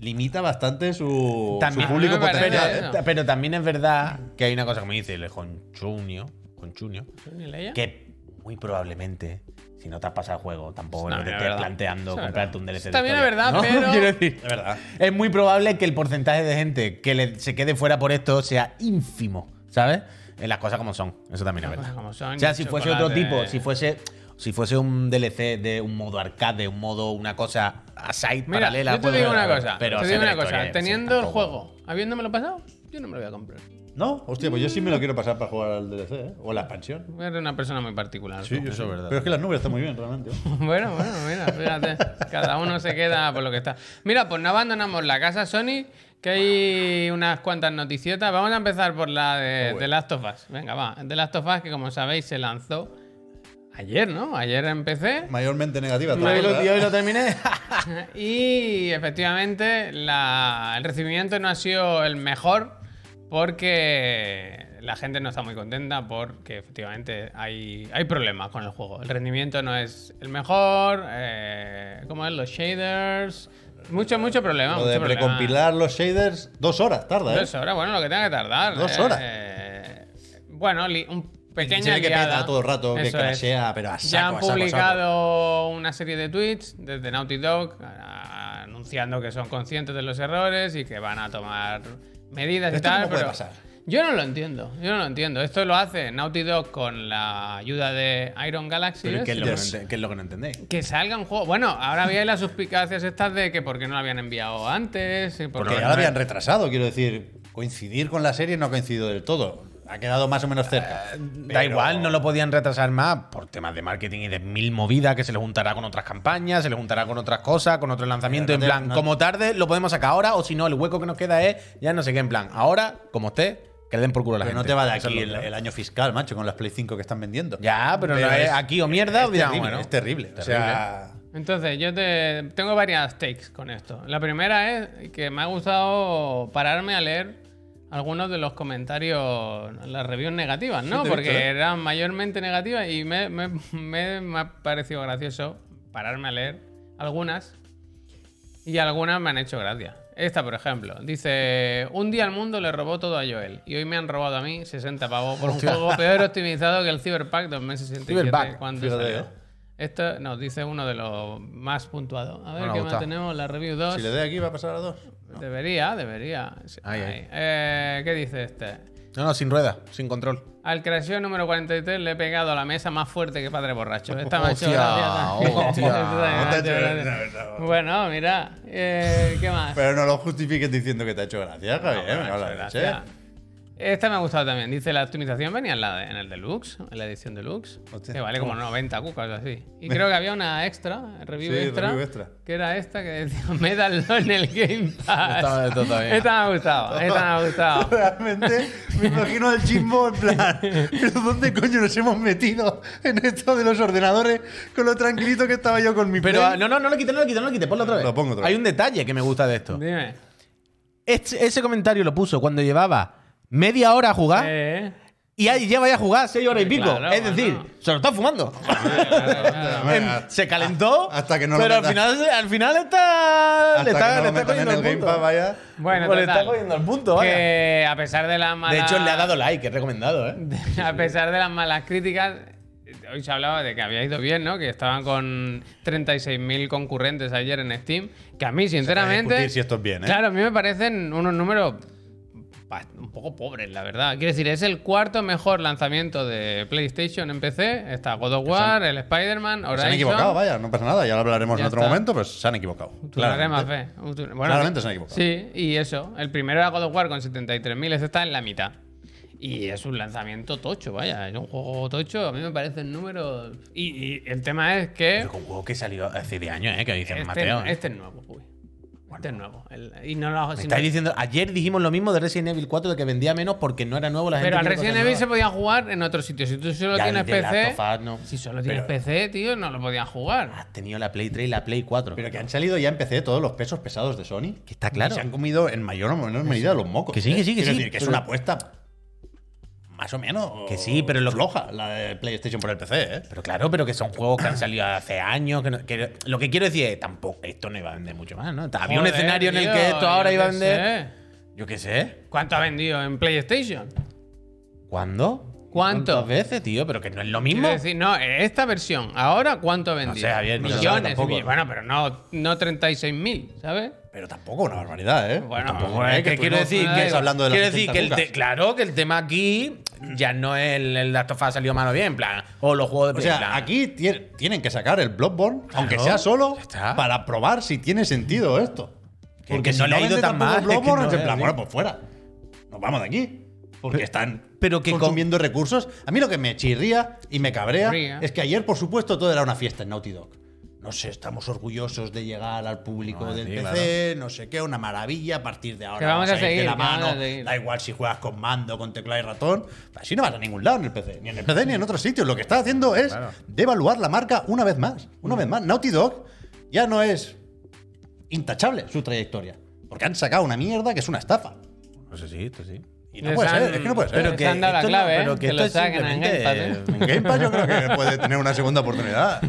S3: limita bastante su,
S2: También-
S3: su público
S1: No me parece
S3: potencial. ¿eh?
S1: eso.
S2: Pero, pero también es verdad que hay una cosa que me dice el Conchunio, Conchunio,
S1: ¿Ni leía?
S2: que muy probablemente, si no te has pasado el juego, tampoco
S1: No,
S2: no te
S1: es
S2: estés
S1: verdad.
S2: planteando
S1: Es verdad.
S2: comprarte un DLC. de
S1: También es
S2: historia,
S1: verdad, pero-
S2: Quiero decir,
S3: De verdad.
S2: es muy probable que el porcentaje de gente que le- se quede fuera por esto sea ínfimo, ¿sabes? Eh, Las cosas como son, eso también es
S1: Las
S2: verdad.
S1: cosas como son,
S2: o sea, si fuese otro
S1: chocolate.
S2: tipo, si fuese, si fuese un DLC de un modo arcade, un modo, una cosa aside
S1: Mira,
S2: paralela.
S1: yo te
S2: pues,
S1: digo
S2: bueno,
S1: una cosa. te
S2: hacer
S1: digo una
S2: la historia,
S1: cosa.
S2: sí,
S1: Teniendo el
S2: tampoco.
S1: juego, habiéndomelo pasado, yo no me lo voy a comprar.
S3: No, hostia, pues yo sí me lo quiero pasar para jugar al DLC, ¿eh? O la expansión.
S1: Eres una persona muy particular.
S3: Sí,
S1: tú.
S3: yo
S2: eso
S3: sí.
S2: es verdad.
S3: Pero es que las nubes están muy bien, realmente.
S1: Bueno, bueno, mira, fíjate. Cada uno se queda por lo que está. Mira, pues no abandonamos la casa Sony, que hay unas cuantas noticietas. Vamos a empezar por la de, de Last of Us. Venga, va. De Last of Us, que como sabéis, se lanzó ayer, ¿no? Ayer empecé.
S3: Mayormente negativa. ¿eh?
S2: Yo hoy lo-
S3: ¿verdad?
S2: yo hoy lo terminé.
S1: Y efectivamente, la- el recibimiento no ha sido el mejor porque la gente no está muy contenta porque efectivamente hay, hay problemas con el juego. El rendimiento no es el mejor, eh, ¿cómo es? Los shaders. Mucho, mucho problema.
S3: Lo
S1: mucho
S3: de
S1: problema.
S3: precompilar los shaders, dos horas tarda, ¿eh?
S1: Dos horas, bueno, lo que tenga que tardar.
S3: Dos
S1: eh,
S3: horas.
S1: eh, bueno, li- un pequeño.
S3: Tiene que peta todo el rato, que crashea, pero a
S1: Ya han
S3: saco, a saco, a saco.
S1: publicado una serie de tweets desde Naughty Dog a- anunciando que son conscientes de los errores y que van a tomar medidas y
S3: ¿Esto
S1: tal.
S3: cómo puede
S1: pero
S3: pasar?
S1: Yo no lo entiendo, yo no lo entiendo. Esto lo hace Naughty Dog con la ayuda de Iron Galaxy.
S2: Pero ¿qué es, lo que no
S3: Yes.
S2: ente- qué es lo que no entendéis?
S1: Que salga un juego. Bueno, ahora había las suspicacias estas de que por qué no lo habían enviado antes. y por
S3: Porque
S1: qué-
S3: ya lo Pues habían retrasado, quiero decir. Coincidir con la serie no ha coincidido del todo. Ha quedado más o menos cerca.
S2: Eh, Da igual, no lo podían retrasar más por temas de marketing y de mil movidas que se les juntará con otras campañas, se les juntará con otras cosas, con otro lanzamiento.
S3: Pero
S2: en
S3: no te-
S2: plan,
S3: no-
S2: como tarde lo podemos sacar ahora o si no, el hueco que nos queda es ya no sé qué. En plan, ahora, como esté, que le den por culo a la
S3: Pero no
S2: gente.
S3: te va de
S2: Eso
S3: aquí
S2: es
S3: el,
S2: lo que-
S3: el año fiscal, macho, con las Play 5 que están vendiendo.
S2: Ya, pero, no
S3: Pero
S2: es
S3: es-
S2: aquí o mierda o
S3: es
S2: digamos,
S3: terrible,
S2: bueno.
S3: es terrible. O sea,
S1: Entonces, yo te, tengo varias takes con esto. La primera es que me ha gustado pararme a leer algunos de los comentarios, las reviews negativas, ¿no?
S3: te he
S1: Porque
S3: visto, ¿eh?
S1: eran mayormente negativas y me, me- me- me ha parecido gracioso pararme a leer algunas y algunas me han hecho gracia. Esta, por ejemplo, dice: Un día el mundo le robó todo a Joel y hoy me han robado a mí 60 pavos por un juego peor optimizado que el Cyberpunk 2067
S2: Cyberpunk,
S1: cuando
S3: fíjate,
S1: salió".
S3: ¿eh?
S1: Esto nos dice uno de los más puntuados. A ver
S2: No nos
S1: qué
S2: gusta.
S1: más tenemos, la review 2.
S3: si le doy aquí va a pasar a dos.
S1: Debería, debería. Sí,
S2: Ahí,
S1: ahí.
S2: ahí.
S1: Eh, ¿Qué dice este?
S2: No, no, sin ruedas, sin control.
S1: Al crasheo número 43 le he pegado a la mesa más fuerte que padre borracho. Esta me ha hecho
S2: Hostia,
S1: gracia también.
S2: hostia.
S1: Esta también me ha
S3: No te
S1: hecho
S3: ha hecho
S1: gracia.
S3: gracia, no, no.
S1: Bueno, mira. eh, ¿Qué más?
S3: Pero no lo justifiques diciendo que te ha hecho gracia,
S1: No,
S3: Javier.
S1: bueno,
S3: me
S1: muchas
S3: habla de
S1: gracias.
S3: leche.
S1: Esta me ha gustado también. Dice, la optimización venía en, la de- en el deluxe, en la edición deluxe.
S3: Hostia.
S1: Que vale como 90 cucas o así. Y creo que había una extra, eh, review,
S3: Sí,
S1: extra,
S3: review extra.
S1: que era esta que decía, médalo en el Game Pass.
S2: Esta- esta está bien.
S1: Esta me ha gustado, esta me ha
S2: Ah.
S1: gustado.
S3: Realmente me imagino al chismo en plan, ¿pero dónde coño nos hemos metido en esto de los ordenadores con lo tranquilito que estaba yo con mi
S2: Pero
S3: Play?
S2: ah, no, no, no lo quité, no lo quité, no lo quité, ponlo otra vez.
S3: Lo pongo otra
S2: Hay
S3: vez.
S2: un detalle que me gusta de esto.
S1: Dime.
S3: Ah,
S2: Este- ese comentario lo puso cuando llevaba media hora a jugar.
S1: Eh,
S2: y ahí lleva ya a jugar 6 horas y pico.
S1: Claro,
S2: es decir,
S1: bueno.
S2: se lo está fumando. En- se calentó,
S4: hasta que no lo
S2: pero al
S4: meta-
S2: final, al final está, le
S4: Hasta
S2: está,
S4: que no
S2: le
S4: lo
S2: está
S4: metan en
S2: cogiendo
S4: el
S2: el
S4: Game
S2: punto.
S4: Pass, vaya.
S1: Bueno,
S2: Pues le está
S1: total,
S2: cogiendo el punto, vaya.
S1: que a pesar de las
S2: De
S1: malas...
S2: hecho, le ha dado like, es recomendado, ¿eh?
S1: A pesar de las malas críticas, hoy se hablaba de que había ido bien, ¿no? Que estaban con 36.000 concurrentes ayer en Steam. Que a mí, sinceramente.
S3: discutir si esto es bien, ¿eh?
S1: Claro, a mí me parecen unos números ba- un poco pobres, la verdad. Quiero decir, es el cuarto mejor lanzamiento de PlayStation en PC. Está God of War, el Spider-Man,
S3: Se han
S1: Horizon.
S3: equivocado, vaya, no pasa nada, ya lo hablaremos
S1: Ya
S3: en otro
S1: está.
S3: momento, pero se han equivocado.
S1: Tú no eres
S3: claramente.
S1: más fe. Tú- bueno,
S3: Claramente se han equivocado.
S1: Sí, y eso. El primero era God of War con 73.000, este está en la mitad. Y es un lanzamiento tocho, vaya. Es un juego tocho, a mí me parece el número. Y, y el tema es que.
S2: Pero con un juego que salió hace 10 años, ¿eh? Que dicen Mateo.
S1: Este,
S2: ¿eh?
S1: este es nuevo, uy. Este es nuevo. El- y no lo
S2: Me
S1: si
S2: estáis
S1: no-
S2: diciendo, ayer dijimos lo mismo de Resident Evil 4 de que vendía menos porque no era nuevo la gente.
S1: Pero al
S2: quiere
S1: Resident
S2: cosas
S1: Evil se
S2: nuevas.
S1: podía jugar en otro sitio. Si tú solo
S2: Ya,
S1: tienes
S2: el de Last
S1: PC.
S2: of Us, no.
S1: Si solo tienes
S2: Pero-
S1: PC, tío, no lo podían jugar.
S2: Has tenido la Play 3 y la Play 4.
S3: Pero que han salido ya en PC todos los pesos pesados de Sony.
S2: Que está claro.
S3: Y se han comido en mayor o menor medida los mocos.
S2: Que sí, que sí,
S3: ¿eh?
S2: que
S3: Quiero
S2: sí.
S3: decir, que es
S2: Pero-
S3: una apuesta más o menos
S2: Que sí, pero lo-
S3: floja la de PlayStation por el PC, ¿eh?
S2: Pero claro, pero que son juegos que han salido hace años. Que no- que- lo que quiero decir es, tampoco, esto no iba a vender mucho más, ¿no? Había un
S1: Joder,
S2: escenario en el
S1: tío,
S2: que esto ahora
S1: yo
S2: iba a
S1: qué
S2: vender.
S1: sé.
S2: Yo qué sé.
S1: ¿Cuánto ha vendido en PlayStation?
S2: ¿Cuándo?
S1: ¿Cuánto?
S2: ¿Cuántas veces, tío? Pero que no es lo mismo.
S1: Quiero decir, no, esta versión, ahora cuánto ha vendido.
S2: sé, Javier, no se sabe
S1: millones,
S2: tampoco.
S1: millones. Bueno, pero no, no 36.000, ¿sabes?
S3: Pero tampoco una barbaridad, ¿eh?
S1: Bueno,
S3: Tampoco,
S1: bueno,
S3: ¿eh?
S2: Es Pues, que
S3: tú
S2: quiero
S3: no-
S2: decir
S3: no
S2: que
S3: estás hablando de
S2: quiero
S3: las
S2: decir
S3: 80
S2: que el te-
S3: lucas.
S2: claro que el tema aquí ya no es el, el Last of Us ha salido malo bien, en plan, o los juegos de
S3: O
S2: Play, en plan.
S3: sea, pues aquí tie- tienen que sacar el Bloodborne, aunque sea solo,
S2: eh, ya está.
S3: para probar si tiene sentido esto.
S2: Que-
S3: Porque
S2: que
S3: si
S2: no
S3: no
S2: le ha ido
S3: vende
S2: tan
S3: tampoco
S2: mal,
S3: el
S2: es que no
S3: Bloodborne,
S2: eh,
S3: es en
S2: es
S3: plan,
S2: así.
S3: bueno, pues fuera. Nos vamos de aquí. Porque están
S2: pero que con-
S3: consumiendo recursos. A mí lo que me chirría y me cabrea
S1: Chirría.
S3: es que ayer, por supuesto, todo era una fiesta en Naughty Dog. No sé, estamos orgullosos de llegar al público
S2: Ah,
S3: del
S2: sí,
S3: PC, no sé qué, una maravilla. A partir de ahora
S1: Que vamos a
S3: ir
S1: seguir,
S3: de la
S1: que vamos
S3: mano.
S1: a seguir.
S3: Da igual si juegas con mando, con teclado y ratón. Así no vas a ningún lado en el PC. Ni en el PC ni en otros sitios. Lo que está haciendo es devaluar la marca una vez más. Una vez más. Naughty Dog ya no es intachable su trayectoria. Porque han sacado una mierda que es una estafa.
S2: No sé si, esto Pues sí.
S3: Y no
S1: Les
S3: puede
S1: han-
S3: ser, es que no puede ser.
S1: Pero Les que han dado la
S2: esto no-
S1: clave,
S2: pero
S1: ¿eh?
S2: que
S1: Que
S2: esto
S1: lo
S2: es
S1: saquen en
S2: simplemente-
S1: Game Pass, ¿eh?
S3: En Game Pass yo creo que puede tener una segunda oportunidad.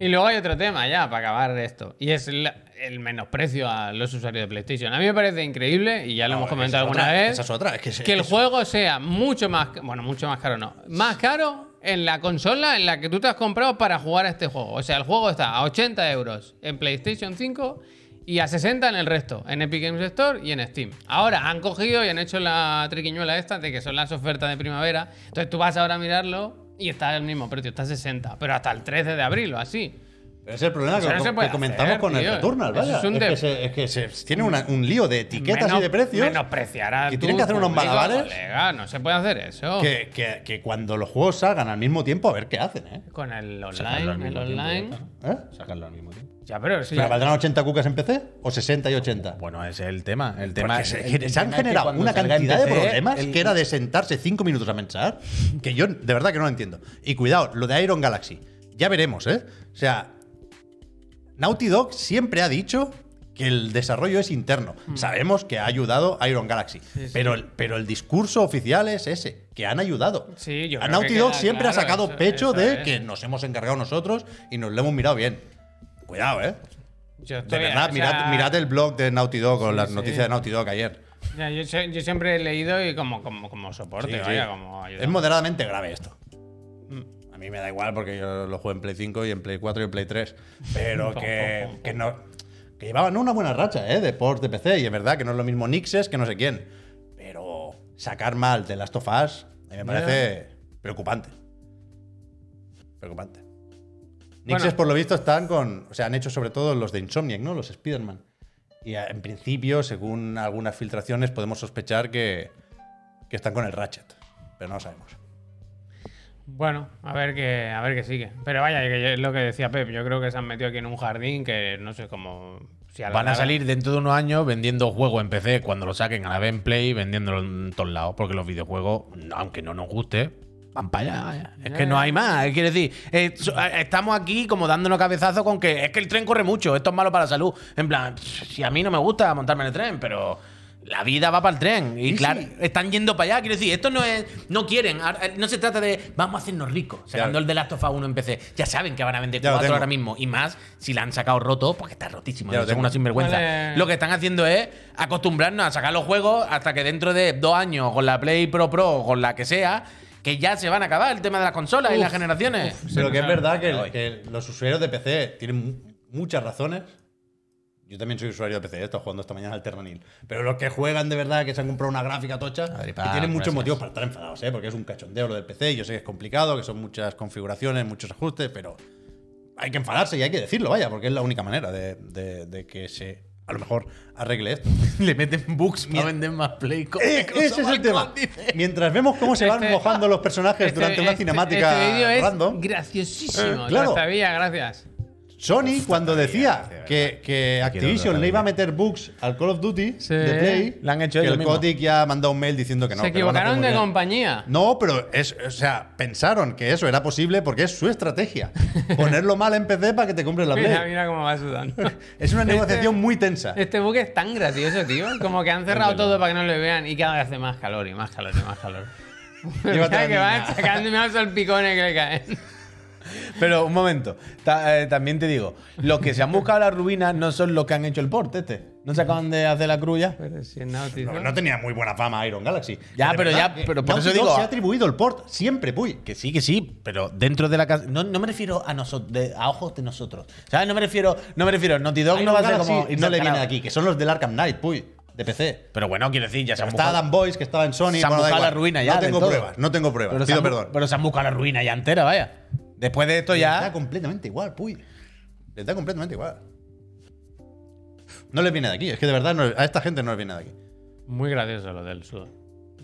S1: Y luego hay otro tema ya para acabar de esto. Y es la- el menosprecio a los usuarios de PlayStation. A mí me parece increíble, y ya lo hemos comentado
S3: Esa es
S1: alguna
S3: otra,
S1: vez,
S3: Esa es otra. Es que,
S1: que el
S3: es-
S1: juego sea mucho más. Bueno, mucho más caro no. Más caro en la consola en la que tú te has comprado para jugar a este juego. O sea, el juego está a 80 euros en PlayStation 5 y a 60 en el resto, en Epic Games Store y en Steam. Ahora han cogido y han hecho la triquiñuela esta de que son las ofertas de primavera. Entonces tú vas ahora a mirarlo y está al mismo precio, está a 60, pero hasta el 13 de abril o así.
S3: Pero es el problema
S1: Eso
S3: que,
S1: no se
S3: que
S1: puede
S3: comentamos
S1: hacer,
S3: con
S1: tío.
S3: el Returnal,
S1: Eso
S3: vaya.
S1: es
S3: Es,
S1: un de-
S3: que se, es que se- tiene una- un lío de etiquetas
S1: Menos-
S3: y de precios.
S1: Menospreciar a
S3: que
S1: tu
S3: tienen que hacer unos
S1: público,
S3: malabares.
S1: colega, no se puede hacer eso.
S3: Que, que- que cuando los juegos salgan al mismo tiempo, a ver qué hacen, ¿eh?
S1: Con el online,
S2: Sacarlo al
S1: el
S2: mismo tiempo,
S1: online.
S3: ¿Eh?
S2: Sacarlo al mismo tiempo.
S1: Ya, pero sí.
S3: ¿Pero ¿Valdrán 80 cucas en PC o 60 y 80?
S2: Bueno, ese es el tema. El tema
S3: Porque se,
S2: el-
S3: que
S2: el
S3: se han
S2: tema es que
S3: generado
S2: cuando
S3: una
S2: salga en
S3: cantidad de
S2: PC,
S3: problemas
S2: el-
S3: que era de sentarse cinco minutos a pensar, que yo de verdad que no lo entiendo. Y cuidado, lo de Iron Galaxy, ya veremos, ¿eh? O sea, Naughty Dog siempre ha dicho que el desarrollo es interno.
S1: Mm.
S3: Sabemos que ha ayudado Iron Galaxy, pero, el, pero el discurso oficial es ese, que han ayudado.
S1: Sí, yo
S3: a
S1: creo
S3: Naughty
S1: que
S3: Dog
S1: queda
S3: siempre ha
S1: claro,
S3: sacado
S1: eso-
S3: pecho
S1: eso
S3: de
S1: es.
S3: que nos hemos encargado nosotros y nos lo hemos mirado bien. Cuidado, ¿eh?
S1: Yo
S3: De
S1: estoy- o
S3: verdad,
S1: sea,
S3: mirad, mirad el blog de Naughty Dog o las noticias de Naughty Dog ayer.
S1: ya, yo, sé- yo siempre he leído y como, como, como soporte,
S3: Sí, sí.
S1: vaya, como ayuda.
S3: Es moderadamente grave esto. Mm. A mí me da igual porque yo lo juego en Play 5 y en Play 4 y en Play 3. Pero que, que no. Que llevaban una buena racha, ¿eh? De ports de PC. Y es verdad que no es lo mismo Nixes que no sé quién. Pero sacar mal de Last of Us a mí me parece preocupante. Preocupante. Nixes,
S1: Bueno.
S3: por lo visto, están con. O sea, han hecho sobre todo los de Insomniac, ¿no? Los Spider-Man. Y a- en principio, según algunas filtraciones, podemos sospechar que, que están con el Ratchet. Pero no lo sabemos.
S1: Bueno, a ver qué a ver qué sigue. Pero vaya, que yo- es lo que decía Pep, yo creo que se han metido aquí en un jardín que no sé cómo si la
S2: Van a
S1: larga-
S2: salir dentro de unos años vendiendo juegos en PC cuando lo saquen a la vez en Play, vendiéndolo en todos lados, porque los videojuegos, aunque no nos guste, van para allá. ¿eh? Es que no hay más. Quiere decir, eh, so- eh, estamos aquí como dándonos cabezazo con que es que el tren corre mucho, esto es malo para la salud. En plan, pff, si a mí no me gusta montarme en el tren, pero La vida va para el tren. Y
S3: Sí,
S2: claro,
S3: sí.
S2: están yendo para allá. Quiero decir, esto no es. No quieren. ahora, eh, No se trata de. Vamos a hacernos ricos. Sacando
S3: Ya.
S2: el de Last of Us 1 en PC. Ya saben que van a vender
S3: Ya lo
S2: 4
S3: tengo.
S2: ahora mismo. Y más si la han sacado roto, porque está rotísimo.
S3: Ya lo
S2: Es
S3: tengo.
S2: una sinvergüenza.
S1: Vale.
S2: Lo que están haciendo es acostumbrarnos a sacar los juegos hasta que dentro de dos años, con la Play Pro Pro o con la que sea, que ya se van a acabar el tema de las consolas y
S1: Uf,
S2: las generaciones.
S1: uf.
S3: Pero que es verdad que,
S2: Hoy.
S3: que los usuarios de PC tienen mu- muchas razones. Yo también soy usuario de PC, he estado jugando esta mañana al Terranil. Pero los que juegan de verdad, que se han comprado una gráfica tocha,
S2: Adri, pa,
S3: que tienen muchos
S2: gracias.
S3: motivos para estar enfadados, ¿eh? porque es un cachondeo lo del PC. Yo sé que es complicado, que son muchas configuraciones, muchos ajustes, pero hay que enfadarse y hay que decirlo, vaya, porque es la única manera de, de- de que se, a lo mejor, arregle esto.
S2: Le meten bugs para vender más Play. con-
S3: Eh,
S2: con
S3: Ese es el
S2: Samsung,
S3: tema.
S2: dice.
S3: Mientras vemos cómo se van
S1: Este-
S3: mojando los personajes
S1: Este-
S3: durante una
S1: este-
S3: cinemática
S1: Este vídeo es
S3: random.
S1: graciosísimo.
S3: Eh, claro.
S1: Trastabilla, gracias.
S3: Sony, cuando decía
S2: gracias,
S3: que, que
S2: quiero
S3: Activision le iba a meter bugs al Call of Duty
S1: Sí.
S3: de Play,
S2: Le han hecho
S3: que
S2: ellos
S3: el
S2: mismos.
S3: Kotick ya ha mandado un mail diciendo que no.
S1: Se
S3: que lo van a hacer
S1: equivocaron
S3: muy
S1: de
S3: bien.
S1: compañía.
S3: No, pero es, o sea, pensaron que eso era posible porque es su estrategia. Ponerlo mal en PC para que te compres la
S1: Mira,
S3: Play.
S1: mira cómo va sudando.
S3: Es una
S1: Este-
S3: negociación muy tensa.
S1: Este buque es tan gracioso, tío. Como que han cerrado todo para que no lo vean y cada vez hace más calor y más calor y más calor. Mira
S3: Llévatela,
S1: que van
S3: niña.
S1: sacando más salpicones que le caen.
S2: Pero un momento, ta- eh, también te digo, los que se han buscado las ruinas no son los que han hecho el port este. No se acaban de hacer la crulla.
S1: Pero si es Naughty,
S3: No,
S1: ¿no?
S3: no tenía muy buena fama Iron Galaxy.
S2: Ya,
S3: de
S2: pero
S3: verdad
S2: ya-
S3: que
S2: pero por
S3: Naughty
S2: eso digo-
S3: Dog se ha atribuido el port siempre, puy.
S2: Que sí, que sí, pero dentro de la casa. No, no me refiero a nosotros, a ojos de nosotros. ¿Sabes? No me refiero, no me refiero. Naughty Dog no
S3: Iron
S2: va a ser
S3: Galaxy
S2: como. irse
S3: no
S2: al
S3: le viene
S2: carajo.
S3: de aquí, que son los del Arkham Knight, puy, de PC.
S2: Pero bueno, quiero decir, ya se han
S3: Pero Está
S2: buscado.
S3: Adam Boyce, que estaba en Sony.
S2: se han
S3: bueno, da
S2: buscado la
S3: igual.
S2: ruina ya.
S3: No
S2: de
S3: tengo
S2: todo.
S3: pruebas, no tengo pruebas.
S2: Pero se
S3: Pido
S2: han bu-
S3: perdón.
S2: Pero se han buscado la ruina ya entera, vaya. Después de esto
S3: Les da
S2: ya.
S3: completamente igual, puy. Les da completamente igual. No les viene de aquí, es que de verdad no- a esta gente no les viene de aquí.
S1: Muy gracioso lo del sudor.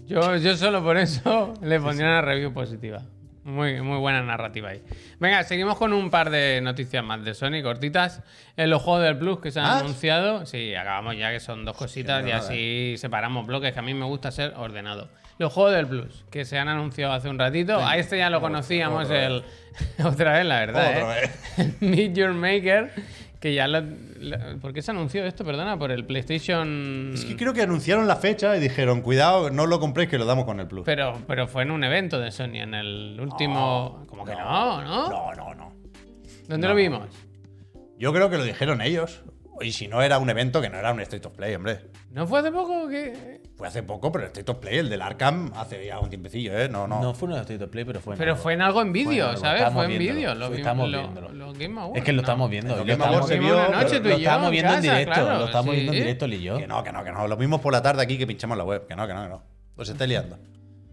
S1: Yo, yo solo por eso le pondría una review positiva. Muy, muy buena narrativa ahí. Venga, seguimos con un par de noticias más de Sony, cortitas. En los juegos del Plus que se han
S3: ¿Ah?
S1: anunciado. Sí, acabamos ya que son dos cositas
S3: no, eh.
S1: y
S3: nada.
S1: así separamos bloques, que a mí me gusta ser ordenado. Los juegos del Plus que se han anunciado hace un ratito. a este ya lo conocíamos
S3: eh.
S1: el... otra vez, la verdad.
S3: Otra
S1: ¿eh? Meet Your Maker. Que ya lo, lo- ¿Por qué se anunció esto? Perdona, por el PlayStation.
S3: Es que
S2: Mm.
S3: creo que anunciaron la fecha y dijeron, cuidado, no lo compréis que lo damos con el plus.
S1: Pero, pero fue en un evento de Sony, en el último. como que no, ¿no?
S3: No, no, no.
S1: ¿Dónde lo vimos?
S3: Yo creo que lo dijeron ellos. Y si no era un evento, que no era un State of Play, hombre.
S1: ¿No fue hace poco que.?
S3: Fue hace poco, pero el State of Play, el del Arkham, hace ya un tiempecillo, ¿eh? No, no.
S2: No fue uno de State of Play, pero fue. en
S1: Pero
S2: algo.
S1: fue en algo en vídeo,
S2: Bueno, lo
S1: ¿sabes?
S2: estamos
S1: Fue en
S2: viéndolo,
S1: vídeo.
S2: lo
S1: Lo
S2: estamos
S1: vimos.
S2: viéndolo.
S1: Lo, lo Game Awards,
S2: Es que lo
S1: ¿no?
S2: estamos viendo.
S3: Lo
S2: Lo
S3: Game
S2: estamos
S3: Awards se
S2: viendo
S3: vio,
S2: pero
S3: anoche
S1: tú
S2: lo
S1: y yo
S2: estamos
S1: en
S2: viendo en
S1: casa,
S2: directo.
S1: claro,
S2: Lo estamos viendo
S1: sí.
S2: en directo, Lee y yo.
S3: Que no, que no, que no. Lo mismo por la tarde aquí que pinchamos la web. Que no, que no, que no. Os estáis liando.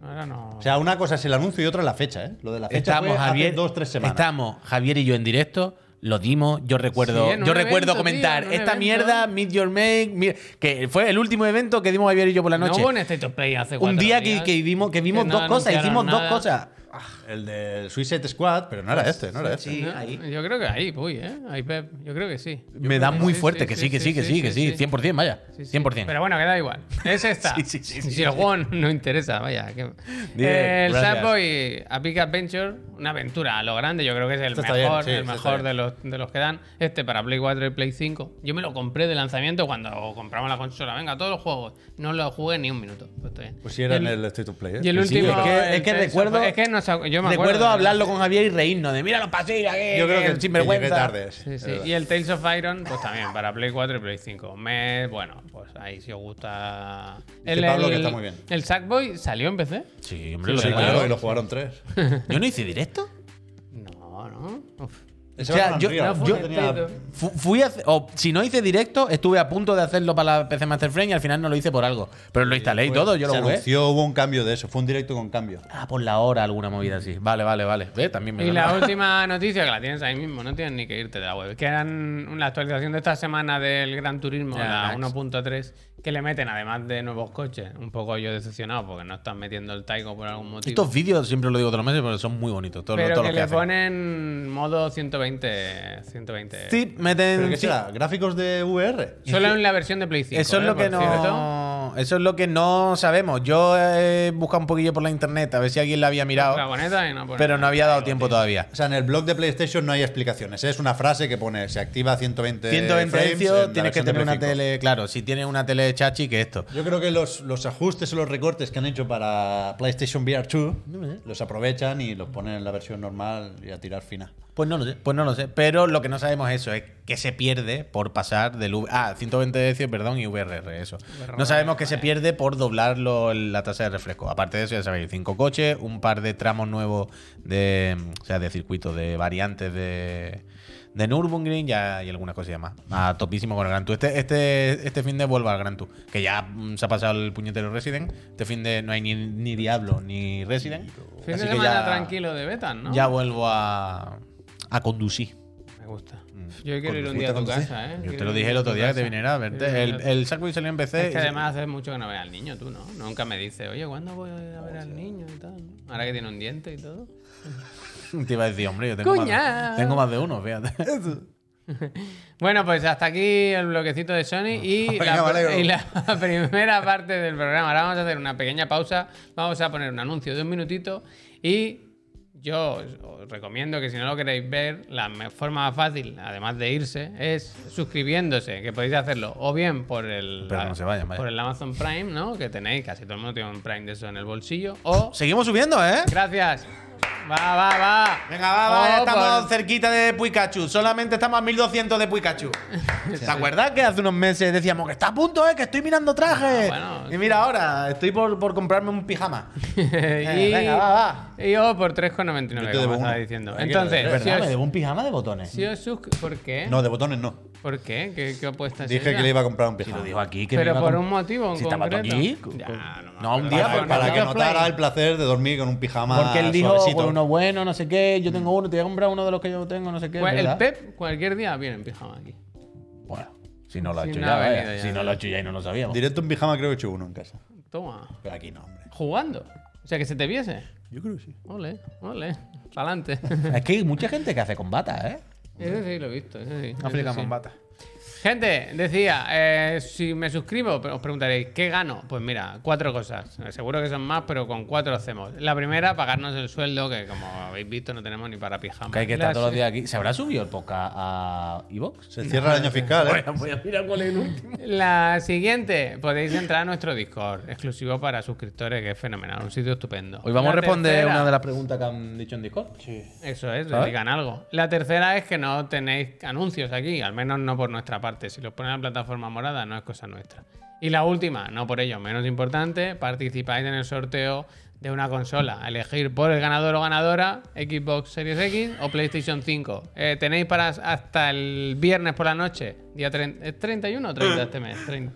S1: Ahora no.
S3: O sea, una cosa es el anuncio y otra es la fecha, ¿eh? Lo de la fecha
S2: Estamos,
S3: fue hace
S2: Javier,
S3: dos, tres semanas.
S2: estamos, Javier y yo en directo. Lo dimos, yo recuerdo,
S1: Sí, en un
S2: yo recuerdo
S1: evento,
S2: comentar
S1: tío, en un
S2: esta
S1: evento".
S2: mierda, Meet Your Make, mi- que fue el último evento que dimos Javier y yo por la
S1: no
S2: noche.
S1: hubo un State of Play hace
S2: un
S1: cuatro
S2: día que,
S1: días.
S2: que vimos, que vimos
S1: no
S2: dos cosas,
S1: anunciaron
S2: hicimos
S1: nada.
S2: dos cosas.
S3: El del Suicide Squad, pero no era este, no era este.
S2: Sí,
S1: No,
S2: ahí.
S1: Yo creo que ahí, uy, ¿eh? Ahí, Pep. Yo creo que sí. Yo
S2: Me
S1: creo
S2: da muy
S1: sí,
S2: fuerte, que sí, que sí, que sí, que sí, 100%, vaya,
S1: Sí, sí.
S2: 100%.
S1: Pero bueno, que da igual. Es esta.
S2: Sí, sí, sí, sí,
S1: si el juego no interesa, vaya. que-
S2: Bien,
S1: el
S2: gracias.
S1: Sackboy Epic Adventure, una aventura a lo grande. Yo creo que es el
S3: Esto está
S1: mejor,
S3: bien, sí,
S1: el
S3: esto está
S1: mejor
S3: bien.
S1: de los, de los que dan. Este para Play 4 y Play 5. Yo me lo compré de lanzamiento cuando compramos la consola. Venga, todos los juegos. No lo jugué ni un minuto. Pues, está bien.
S3: Pues sí, era
S1: El-
S3: en el State of Play. ¿eh?
S1: Y el
S3: Sí, sí,
S1: último.
S2: es que-
S1: el
S2: es que
S1: Tales of-
S2: recuerdo-
S1: Es que no sé- yo me acuerdo.
S2: Recuerdo
S1: de-
S2: hablarlo con Javier y reírnos de mira los pasillos aquí,
S3: Yo creo que,
S2: el sinvergüenza.
S3: que llegué tarde.
S1: Sí, sí.
S3: es verdad.
S1: Y el Tales of Iron, pues también, para Play 4 y Play 5. Mes, bueno, pues ahí si os gusta.
S3: Dice Pablo que está muy bien.
S1: ¿El Sackboy salió en PC?
S2: Sí, hombre, lo
S3: Sí,
S2: tengo
S3: claro,
S2: yo.
S3: y lo jugaron tres.
S2: Yo no hice directo.
S1: No, no. Uf.
S3: Ese
S2: O sea,
S3: era
S2: yo-
S3: Unreal,
S2: no
S1: fue
S3: yo
S1: un
S3: tenía-
S1: State
S2: Fu- Fui a hacer- o si no hice directo, estuve a punto de hacerlo para la PC Master Frame y al final no lo hice por algo. Pero lo instalé y todo, yo
S3: se
S2: lo jugué.
S3: anunció, hubo un cambio de eso. Fue un directo con cambio.
S2: Ah, por la hora alguna movida así. Vale, vale, vale. Ve, también me
S1: Y
S2: lo-
S1: la última noticia, que la tienes ahí mismo, no tienes ni que irte de la web, que eran una actualización de esta semana del Gran Turismo,
S2: Ya,
S1: la
S2: Max.
S1: 1.3, que le meten además de nuevos coches. Un poco yo decepcionado porque no están metiendo el Taigo por algún motivo.
S2: Estos vídeos siempre lo digo todos los meses, pero son muy bonitos. Todos,
S1: pero
S2: todos
S1: que,
S2: los que
S1: le
S2: hacen.
S1: ponen modo 120. 120.
S2: Sí,
S3: ¿Pero
S2: meten.
S3: qué
S2: sí.
S3: será? ¿Gráficos de VR?
S1: Solo en la versión de Play 5.
S2: Eso es
S1: ¿eh?
S2: lo que
S1: Por cierto.
S2: no. eso es lo que no sabemos. Yo he buscado un poquillo por la internet a ver si alguien la había mirado,
S1: Dragoneta y no pone
S2: pero
S1: nada.
S2: no había dado tiempo todavía.
S3: O sea, en el blog de PlayStation no hay explicaciones. ¿eh? Es una frase que pone, se activa a 120
S2: 120
S3: frames en
S2: hercios,
S3: la
S2: tienes que
S3: versión de
S2: tener una
S3: Play cinco.
S2: tele, claro, si tienes una tele chachi que esto.
S3: Yo creo que los, los ajustes o los recortes que han hecho para PlayStation VR 2 los aprovechan y los ponen en la versión normal y a tirar fina.
S2: Pues no lo sé, pues no lo sé. Pero lo que no sabemos es eso, es que se pierde por pasar del V. Ah, 120 Hz, perdón, y VRR, eso. No sabemos que se pierde por doblar lo- la tasa de refresco. Aparte de eso, ya sabéis, cinco coches, un par de tramos nuevos de. O sea, de circuitos, de variantes de. De Nürburgring ya, y algunas cosillas más. A topísimo con el Gran Tour. Este, este, este fin de vuelvo al Gran Tour. Que ya mm, se ha pasado el puñetero Resident. Este fin de no hay ni, ni Diablo ni Resident.
S1: Fin
S2: Así
S1: de
S2: que
S1: semana
S2: ya-
S1: tranquilo de Betan, ¿no?
S2: ya vuelvo a, a conducir.
S1: Me gusta. Yo quiero ir un día a tu
S3: Conducir,
S1: casa, ¿eh?
S2: Mm. Yo te
S1: Quiero
S2: lo
S1: ir
S2: dije el
S1: a
S2: otro
S1: tu
S2: día que te
S1: casa.
S2: viniera a verte.
S1: Quiero ir
S2: El,
S1: a-
S2: el Sackboy salió en
S1: Es
S2: PC.
S1: que
S2: y-
S1: además hace mucho que no ve al niño, tú, ¿no? Nunca me dice, oye, ¿cuándo voy a ver al niño y tal? ¿no? Ahora que tiene un diente y todo.
S2: Te iba a decir, hombre, yo tengo, más
S1: Cuñao.
S2: de, tengo más de uno, fíjate.
S1: Bueno, pues hasta aquí el bloquecito de Sony y,
S3: Venga,
S1: la,
S3: me alegro.
S1: y la primera parte del programa. Ahora vamos a hacer una pequeña pausa, vamos a poner un anuncio de un minutito y yo os- os recomiendo que si no lo queréis ver, la me- forma más fácil, además de irse, es suscribiéndose, que podéis hacerlo o bien por el,
S2: Pero no se vayan, vaya.
S1: por el Amazon Prime, ¿no? Que tenéis, casi todo el mundo tiene un Prime de eso en el bolsillo, o...
S2: Seguimos subiendo, ¿eh?
S1: Gracias. Va, va, va.
S2: Venga, va, va, ya
S1: Oh,
S2: estamos
S1: por-
S2: cerquita de Pikachu. Solamente estamos a 1200 de Pikachu. ¿Te acuerdas que hace unos meses decíamos que está a punto, eh? Que estoy mirando trajes.
S1: Ah, bueno.
S2: y mira ahora, estoy por, por comprarme un pijama.
S1: y,
S2: Eh, venga, va, va.
S1: Eh, y yo por
S3: Yo
S1: 3,99,
S3: te
S1: como
S3: debo
S1: estaba
S3: uno.
S1: diciendo.
S3: Hay que
S2: Es
S1: Entonces,
S3: devolver.
S1: si
S2: verdad, me debo
S1: os,
S2: un pijama de botones.
S1: si os susc- ¿por
S2: ¿Eh?
S1: qué?
S3: No, de botones no.
S1: ¿Por qué? ¿Qué, qué apuesta es
S3: Dije
S1: esa?
S3: que le iba a comprar un pijama.
S2: ¿Ah, Lo digo aquí que me
S1: Pero
S2: iba a
S1: por
S2: comp-
S1: un motivo en
S2: Si estaba todo
S1: concreto.
S2: aquí,
S1: Ya, no, me
S2: no, un
S1: acuerdo.
S2: día, pues,
S1: Para-
S2: pero-
S3: pues, para para que
S1: Play.
S3: notara el placer de dormir con un pijama
S2: Porque él dijo,
S3: suavecito.
S2: pues, uno bueno, no sé qué, yo tengo uno, te voy a comprar uno de los que yo tengo, no sé qué.
S1: Pues el
S2: ¿verdad?
S1: Pep cualquier día viene en pijama aquí.
S2: Bueno, si no lo ha
S1: Si
S2: hecho
S1: no
S2: ya,
S1: ha
S2: vaya.
S1: venido ya.
S2: si no lo ha hecho ya y no lo sabíamos.
S3: Directo en pijama creo que he hecho uno en casa.
S1: Toma.
S3: Pero aquí no, hombre.
S1: Jugando. O sea, que se te viese.
S3: Yo creo que sí.
S1: Ole, ole. Pa'lante.
S2: Es que hay mucha gente que hace combata, ¿eh?
S1: eso sí lo he visto, eso sí. eso
S2: África
S1: sí.
S2: combata.
S1: Gente, decía, eh, si me suscribo, pero os preguntaréis, ¿qué gano? Pues mira, cuatro cosas. Seguro que son más, pero con cuatro hacemos. La primera, pagarnos el sueldo, que como habéis visto, no tenemos ni para pijama.
S2: Que hay que estar
S1: La
S2: todos los
S1: se-
S2: días aquí. ¿Se habrá subido el podcast a Evox?
S3: Se cierra el año fiscal, ¿eh?
S2: Voy a mirar cuál es el último.
S1: La siguiente, podéis entrar a nuestro Discord, exclusivo para suscriptores, que es fenomenal, un sitio estupendo.
S2: Hoy
S1: La
S2: vamos a responder
S1: tercera-
S2: una de las preguntas que han dicho en Discord.
S1: Eso es,
S2: ¿Sabes?
S1: digan algo. La tercera es que no tenéis anuncios aquí, al menos no por nuestra parte. Si los ponen en la plataforma morada, no es cosa nuestra. Y la última, no por ello menos importante, participáis en el sorteo de una consola. A elegir por el ganador o ganadora Xbox Series X o PlayStation 5. Eh, tenéis para hasta el viernes por la noche, día 30, ¿es 31 o 30 este mes? 30.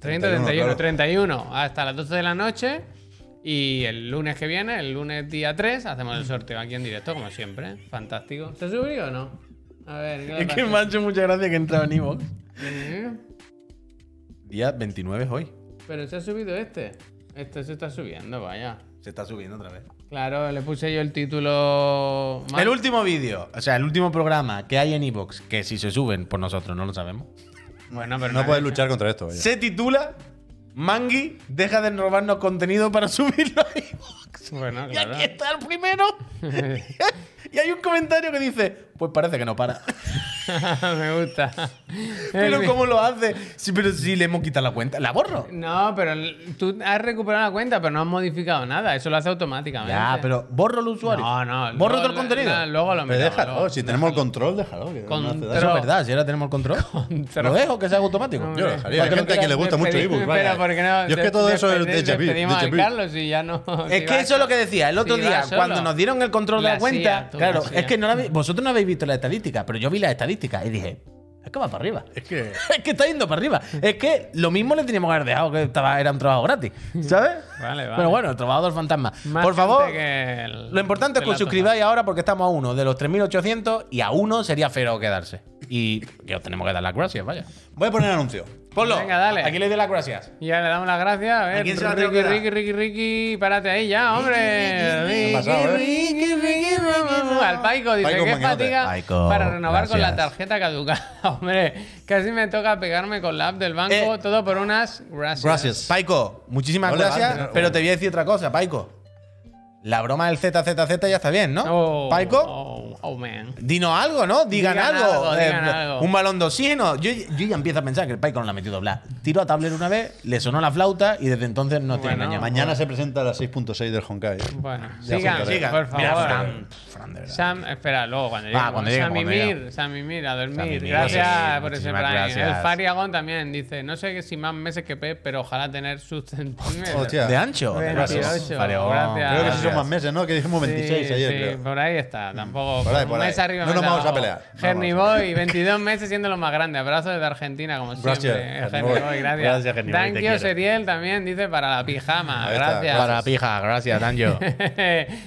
S1: 30, 31,
S3: 31, claro.
S1: 31, hasta las 12 de la noche. Y el lunes que viene, el lunes día 3, hacemos el sorteo aquí en directo, como siempre. Fantástico. ¿Te subí o no? A ver, ¿qué le
S2: Es que
S1: pasa?
S2: me ha hecho mucha gracia que entraba en Evox.
S1: ¿Eh?
S2: Día 29 es hoy.
S1: Pero se ha subido este. Este se está subiendo, vaya.
S2: Se está subiendo otra vez.
S1: Claro, le puse yo el título. mal.
S2: El último vídeo, o sea, el último programa que hay en Evox, que si se suben por nosotros no lo sabemos,
S1: Bueno, pero
S3: No
S1: nadie-
S3: puedes luchar contra esto. vaya.
S2: se titula Mangi deja de robarnos contenido para subirlo a iVoox".
S1: Bueno,
S2: Y
S1: claro.
S2: aquí está el primero. y hay un comentario que dice, pues parece que no para.
S1: me gusta.
S2: pero ¿cómo lo hace? Sí, pero si le hemos quitado la cuenta, la borro.
S1: No, pero el- tú has recuperado la cuenta, pero no has modificado nada. Eso lo hace automáticamente.
S2: Ya, pero borro el usuario.
S1: No, no. luego
S2: Borro todo el
S1: lo-
S2: contenido.
S1: no, luego lo
S3: Pero
S1: miramos.
S3: déjalo,
S1: luego.
S3: oh, si tenemos el control, déjalo. que no hace daño.
S2: Eso
S1: pero-
S2: es verdad, si ahora tenemos el control. Lo dejo, que sea automático.
S1: Hombre.
S3: Yo lo dejaría. Hay
S2: Porque lo
S3: gente a quien le gusta mucho
S1: Despedimos-
S3: ebook. vaya.
S1: Pero ¿por qué no?
S3: Yo es que
S1: Des-
S3: todo eso es
S1: despedir-
S3: déjà vu.
S1: despedimos
S3: déjà
S1: al
S3: vu.
S1: Carlos y ya no.
S2: Es que eso es lo que decía. El otro
S1: Si
S2: día,
S1: vas solo.
S2: cuando nos dieron el control de
S1: La
S2: la cuenta,
S1: hacía, tú
S2: claro,
S1: la hacías.
S2: es que no la habéis- vosotros no habéis visto la estadística, pero yo vi las estadísticas y dije, es que va para arriba.
S3: Es que.
S2: es que está yendo para arriba. Es que lo mismo le teníamos que haber dejado que estaba, era un trabajo gratis, ¿sabes?
S1: Vale, vale.
S2: Pero bueno, el trabajador fantasma.
S1: Más
S2: Por favor,
S1: gente que el-
S2: lo importante es que os
S1: relato, ¿no?
S2: suscribáis ahora porque estamos a uno de los 3.800 y a uno sería feo quedarse. Y que os tenemos que dar las gracias, vaya.
S3: Voy a poner anuncio.
S2: Ponlo.
S1: Venga, dale.
S2: Aquí le doy las gracias.
S1: Y ya le damos las gracias. A ver,
S2: quién se la tengo
S1: Ricky,
S2: que dar?
S1: Ricky, Ricky, Ricky, párate ahí ya, hombre.
S3: Me he pasado, ¿eh?
S1: Ricky, Ricky, Ricky, Ricky, Ricky. al Paico, dice,
S3: Paico
S1: qué
S3: Mangarote.
S1: fatiga
S2: Paico,
S1: para renovar con la
S2: gracias.
S1: tarjeta caducada. Hombre, casi me toca pegarme con la app del banco,
S2: Eh.
S1: todo por unas gracias.
S3: Gracias.
S2: Paico, muchísimas
S3: No
S2: gracias,
S3: levantes, no,
S2: pero
S3: bueno.
S2: te voy a decir otra cosa, Paico. La broma del ZZZ ya está bien, ¿no?
S1: Oh,
S2: Paico,
S1: Oh, oh, man.
S2: dinos algo, ¿no? Digan,
S1: Digan
S2: algo. Eh,
S1: algo, digan algo.
S2: Un balón de oxígeno. Yo, yo ya empiezo a pensar que el Paico no la ha metido doblar. Tiró a tablero una vez, le sonó la flauta y desde entonces no tiene
S1: Bueno.
S2: engañado.
S3: Mañana se presenta la 6.6 del Honkai.
S1: Bueno,
S3: Ya
S1: sigan,
S3: contaré.
S1: sigan, por favor.
S2: Mira, Fran, Fran, de verdad.
S1: Sam, espera, luego cuando llegue.
S2: cuando llegue,
S1: Sam y
S2: cuando llegue.
S1: Mir, Sam y Mir, a dormir.
S2: Sam y Mir,
S1: gracias
S2: sí,
S1: por ese
S2: muchísimas
S1: Prime.
S2: gracias.
S1: El Fariagón también dice, no sé si más meses que Pep, pero ojalá tener sus centímetros.
S3: Hostia.
S2: De ancho.
S1: Bueno,
S2: Gracias.
S1: tío,
S2: Vale, oh,
S1: gracias.
S3: Creo que sí
S2: gracias.
S3: son más meses, ¿no? Que dijimos
S1: Sí,
S3: 26 ayer,
S1: sí,
S3: creo.
S1: por ahí está. Tampoco.
S3: Por ahí,
S1: un
S3: por
S1: mes
S3: ahí.
S1: arriba,
S3: No nos
S1: mes
S3: vamos a
S1: abajo.
S3: pelear. No
S1: Henry
S3: vamos a
S1: Boy, 22 meses siendo lo más grande. Abrazo desde Argentina, como
S3: Gracias,
S1: siempre. eh,
S3: Henry
S1: Henry
S3: Boy.
S1: Boy, gracias.
S2: Gracias, Henry Boy, te
S1: Thank you,
S2: quiero.
S1: Seriel también dice para la pijama.
S3: Ahí está,
S1: gracias.
S2: Para pija, gracias, Danjo.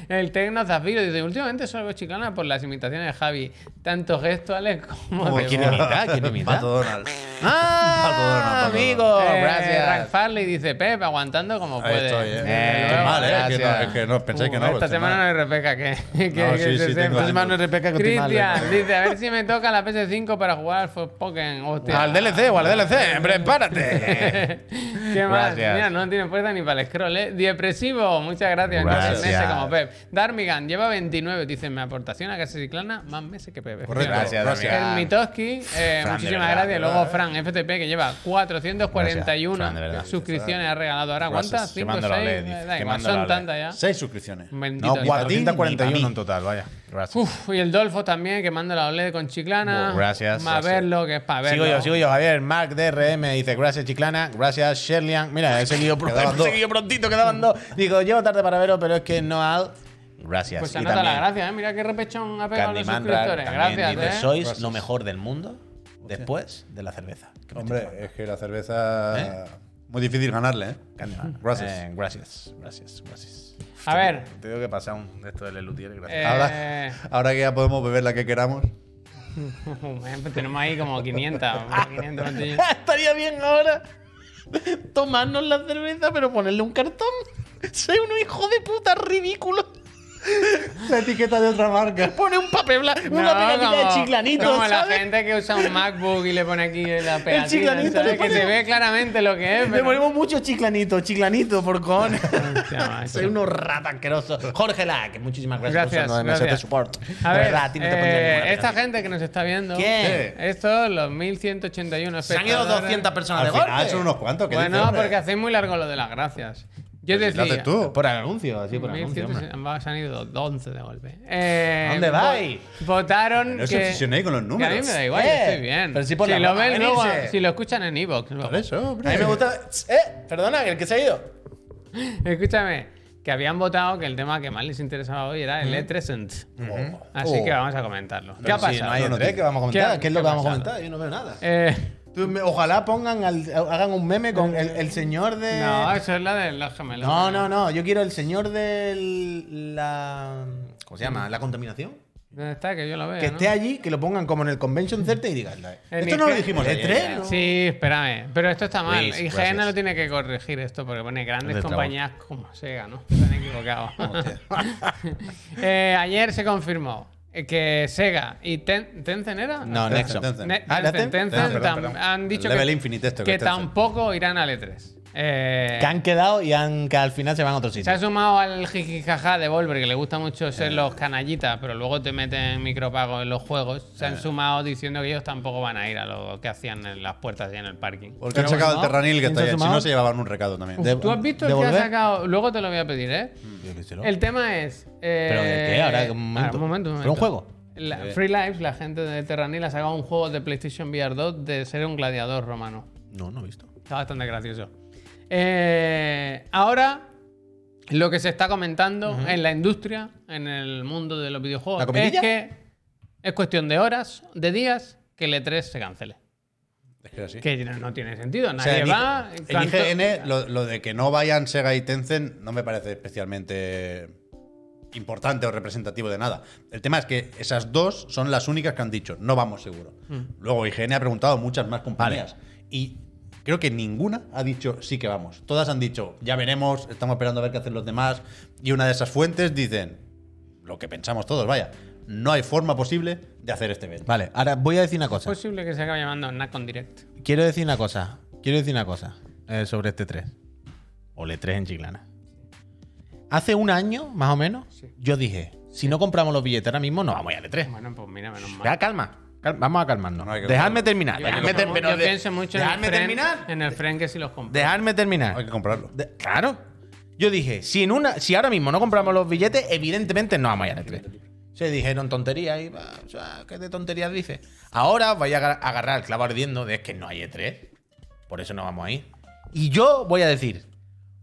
S1: el Tecno Zafiro dice: Últimamente solo veo chicana por las imitaciones de Javi, tanto gestuales como de
S2: quiere
S1: voz".
S2: imitar? ¿Quiere imitar?
S3: Pato Donald.
S2: ¡Ah,
S3: Pato Donald,
S2: amigo!
S3: Pato
S1: Eh, Frank
S2: gracias.
S1: Farley dice: Pep, aguantando como
S3: Ahí
S1: puede.
S3: estoy, eh.
S1: Desde
S2: Eh,
S1: luego.
S3: mal, ¿eh? Que no,
S2: gracias.
S3: es que no, pensé que no.
S1: Uh, Esta
S3: pues,
S1: semana no
S3: mal.
S1: hay repeca que, que,
S3: No,
S1: que
S3: sí,
S1: se
S3: sí,
S1: sepa.
S3: tengo
S2: Esta semana no hay repeca que estoy mal, eh.
S1: Cristian
S2: ¿verdad?
S1: dice, a ver si me toca la PS5 para jugar al Forspoken. Hostia.
S2: Al DLC o al DLC, prepárate.
S1: ¿Qué más?
S2: Gracias.
S1: Mira, no tiene fuerza ni para el scroll, ¿eh? Depresivo, muchas gracias.
S2: Gracias.
S1: Entonces, meses como Pep. Darmigan lleva 29, dice, mi aportación a Casa Ciclana, más meses que Pep.
S3: Correcto.
S2: Gracias,
S3: Gracias.
S2: amiga.
S1: Mitoski, eh,
S2: Fran, de
S1: muchísimas
S2: verdad,
S1: gracias.
S2: de
S1: Luego Fran, FTP, que lleva
S2: Gracias, Fran, de
S1: 441
S2: verdad.
S1: suscripciones, ha regalado ahora. ¿Cuántas?
S2: Gracias.
S1: 5,
S2: Quemando la
S1: 6,
S2: ley, dice,
S1: da igual,
S2: quemando la
S1: son
S2: ley.
S1: tantas ya.
S3: Seis suscripciones.
S1: Bendito
S2: No,
S1: Dios.
S2: 441 en total, vaya. Gracias.
S1: Uf, y el Dolfo también, que manda la OLED con Chiclana.
S2: Buah, gracias,
S1: Más
S2: gracias.
S1: verlo, que es para verlo.
S2: Sigo yo, sigo yo, Javier. Mark DRM dice, gracias Chiclana, gracias Sherlian. Mira, he seguido, pronto,
S3: Quedaban
S2: he
S3: dos.
S2: seguido prontito, quedaban dos. Digo, llevo tarde para veros, pero es que no al... Gracias.
S1: Pues se
S2: Y
S1: anota
S2: también
S1: la gracia, ¿eh? Mira qué repechón ha pegado a
S2: Candy
S1: los
S2: Mandra
S1: suscriptores.
S2: también
S1: Gracias,
S2: dice,
S1: ¿eh?
S2: sois lo mejor del mundo después de la cerveza. Eh, Que me estoy
S3: Hombre, es que la cerveza. Muy difícil ganarle, ¿eh?
S2: tomando. Candy Mandra.
S3: Gracias.
S2: Eh, gracias, gracias, gracias.
S1: A ver.
S2: Te digo que pasa un de esto del Elutier, gracias.
S1: Eh,
S3: Ahora, ahora que ya podemos beber la que queramos.
S1: tenemos ahí como 500. 500 botellas.
S2: Estaría bien ahora tomarnos la cerveza, pero ponerle un cartón. Soy un hijo de puta ridículo.
S3: La etiqueta de otra marca.
S2: Pone un papel blanco,
S1: No,
S2: una pegatina de
S1: como-
S2: chiclanito,
S1: Como la
S2: ¿sabes?
S1: gente que usa un MacBook y le pone aquí la pegatina,
S2: chiclanito
S1: ¿sabes?
S2: le
S1: Que se
S2: ponemos-
S1: ve claramente lo que es.
S2: Le
S1: pero-
S2: ponemos mucho chiclanito, chiclanito, por cojones.
S1: Hostia, macho.
S2: Soy unos rata asquerosos. Jorge Lack, muchísimas gracias,
S1: Gracias,
S2: por ser nuestro
S1: gracias.
S2: support.
S1: A
S2: De
S1: ver,
S2: verdad, este a ti no te
S1: eh,
S2: pondría ninguna
S1: esta
S2: pegatina.
S1: gente que nos está viendo.
S2: ¿Quién?
S1: Estos, los 1181
S2: Se han ido
S1: espectadores.
S2: 200 personas
S3: Al
S2: de
S3: final son unos
S2: golpe.
S3: cuantos. ¿qué dices,
S1: Bueno,
S3: hombre?
S1: porque hacéis muy largo lo de las gracias. Yo
S3: Pues si
S1: decía.
S3: lo haces tú.
S2: Por anuncio, así por anuncio,
S1: 1100
S2: hombre.
S1: se- va- se han ido 11 de golpe. Eh,
S2: ¿Dónde
S1: vo-
S2: vais?
S1: Votaron.
S3: No os
S1: que-
S3: obsesionéis con los
S1: que a mí
S3: números.
S1: me da igual,
S2: Eh,
S1: yo estoy bien.
S2: pero si por la
S1: lo
S2: broma,
S1: ven luego,
S2: venirse.
S1: si lo escuchan en Evox.
S3: Por eso, hombre.
S2: A mí me gusta. ¡Eh! Perdona, el que se ha ido.
S1: Escúchame, que habían votado que el tema que más les interesaba hoy era el E3.
S3: Oh.
S1: ¿Mm? Así
S2: Mm. Oh.
S1: que vamos a comentarlo. ¿Qué
S2: Pero
S1: ha pasado?
S2: si no hay
S3: No, no
S2: E3,
S3: tiene.
S2: ¿qué vamos a comentar?
S1: ¿Qué-
S2: ¿Qué, es lo
S1: qué
S2: que
S1: ha
S2: vamos a
S1: pasado?
S2: comentar? Yo no veo nada.
S1: Eh,
S2: Tú, me- ojalá pongan al- hagan un meme con el, el señor de.
S1: no, eso es la de los gemelos.
S2: no, no, no, Yo quiero el señor de la. ¿Cómo se llama? ¿La contaminación?
S1: ¿Dónde está? Que yo lo veo.
S2: Que
S1: ¿no?
S2: esté allí, que lo pongan como en el Convention Center y digan.
S1: En
S2: Esto no lo
S1: IGN.
S2: dijimos
S3: ayer,
S2: E3, ¿no?
S1: Sí, espérame. Pero esto está mal.
S2: Luis,
S1: IGN
S2: gracias.
S1: lo tiene que corregir esto porque pone grandes
S2: De trabajo.
S1: compañías como Sega, ¿no? Se han equivocado. Eh, ayer se confirmó eh, que Sega y Ten- Tencent era.
S2: No,
S3: Tencent,
S2: Nexon.
S3: Tencent.
S1: Ne-
S2: Ah, ¿era
S1: Tencent,
S2: Tencent?
S1: Tencent
S3: Tencent, perdón,
S1: tam-
S3: perdón.
S1: han dicho
S3: El
S1: que,
S3: level infinite esto que
S1: que
S3: es Tencent.
S1: tampoco irán al E3. Eh,
S2: Que han quedado y han, que al final se van a otro
S1: se
S2: sitio.
S1: ha sumado al jijijaja de Volver, que le gusta mucho ser
S2: Eh.
S1: los canallitas, pero luego te meten micropagos en los juegos. Se
S2: Eh.
S1: han sumado diciendo que ellos tampoco van a ir a lo que hacían en las puertas y en el parking.
S3: Porque han
S2: Pero
S3: sacado el
S2: bueno,
S3: terranil que
S2: ¿quién se
S3: está
S2: ha
S3: ahí. Si
S2: sumado?
S3: no, se llevaban un recado también.
S2: De-
S1: Pues, ¿Tú has visto el que ha
S2: ¿Devolver?
S1: sacado? Luego te lo voy a pedir, ¿eh?
S2: Yo qué sé, ¿no?
S1: El tema es. eh,
S2: ¿Pero de qué? Ahora, un momento.
S1: ahora, un momento, un
S2: ¿Pero un
S1: momento.
S2: juego?
S1: La- Free Lives, la gente de Terranil, ha sacado un juego de PlayStation VR 2 de ser un gladiador romano.
S2: No, no he visto.
S1: Está bastante gracioso. Eh, ahora, lo que se está comentando en la industria, en el mundo de los videojuegos,
S2: ¿La
S1: es
S2: comidilla?
S1: que es cuestión de horas, de días, que el E3 se cancele.
S3: Es que era así.
S1: Que no, no tiene sentido.
S3: O
S1: Nadie
S3: sea, en
S1: va.
S3: I- en
S1: tanto-
S2: E
S3: IGN, lo, lo de que no vayan Sega y Tencent no me parece especialmente importante o representativo de nada. El tema es que esas dos son las únicas que han dicho, no vamos seguro. Luego IGN ha preguntado a muchas más compañías y creo que ninguna ha dicho sí que vamos. Todas han dicho, ya veremos, estamos esperando a ver qué hacen los demás y una de esas fuentes dicen, lo que pensamos todos, vaya, no hay forma posible de hacer este evento.
S2: Vale, ahora voy a decir una cosa.
S1: Es posible que se acabe llamando Nacon Direct.
S2: Quiero decir una cosa. Quiero decir una cosa eh, sobre este 3. O el 3 en Chiclana. Hace un año, más o menos,
S1: Sí.
S2: yo dije, si no compramos los billetes ahora mismo, no vamos a ir al E3.
S1: Bueno, pues mira, menos mal.
S2: Ya, calma. Cal- Vamos a calmarnos.
S3: No, no hay que
S2: dejadme
S3: comprarlo.
S2: terminar.
S1: Yo,
S2: Dejadme, ter-
S1: yo
S2: pero de-
S1: pienso mucho en el,
S2: dejadme
S1: friend,
S2: terminar.
S1: en el friend que si los compro.
S2: Dejadme terminar.
S3: Hay que comprarlo.
S2: De- claro. Yo dije, si, en una, si ahora mismo no compramos los billetes, evidentemente no vamos a ir al E3. Se dijeron tonterías y, va, o sea, ¿qué de tonterías dices? Ahora os vais a agar- agarrar el clavo ardiendo de es que no hay E3. Por eso no vamos a ir. Y yo voy a decir,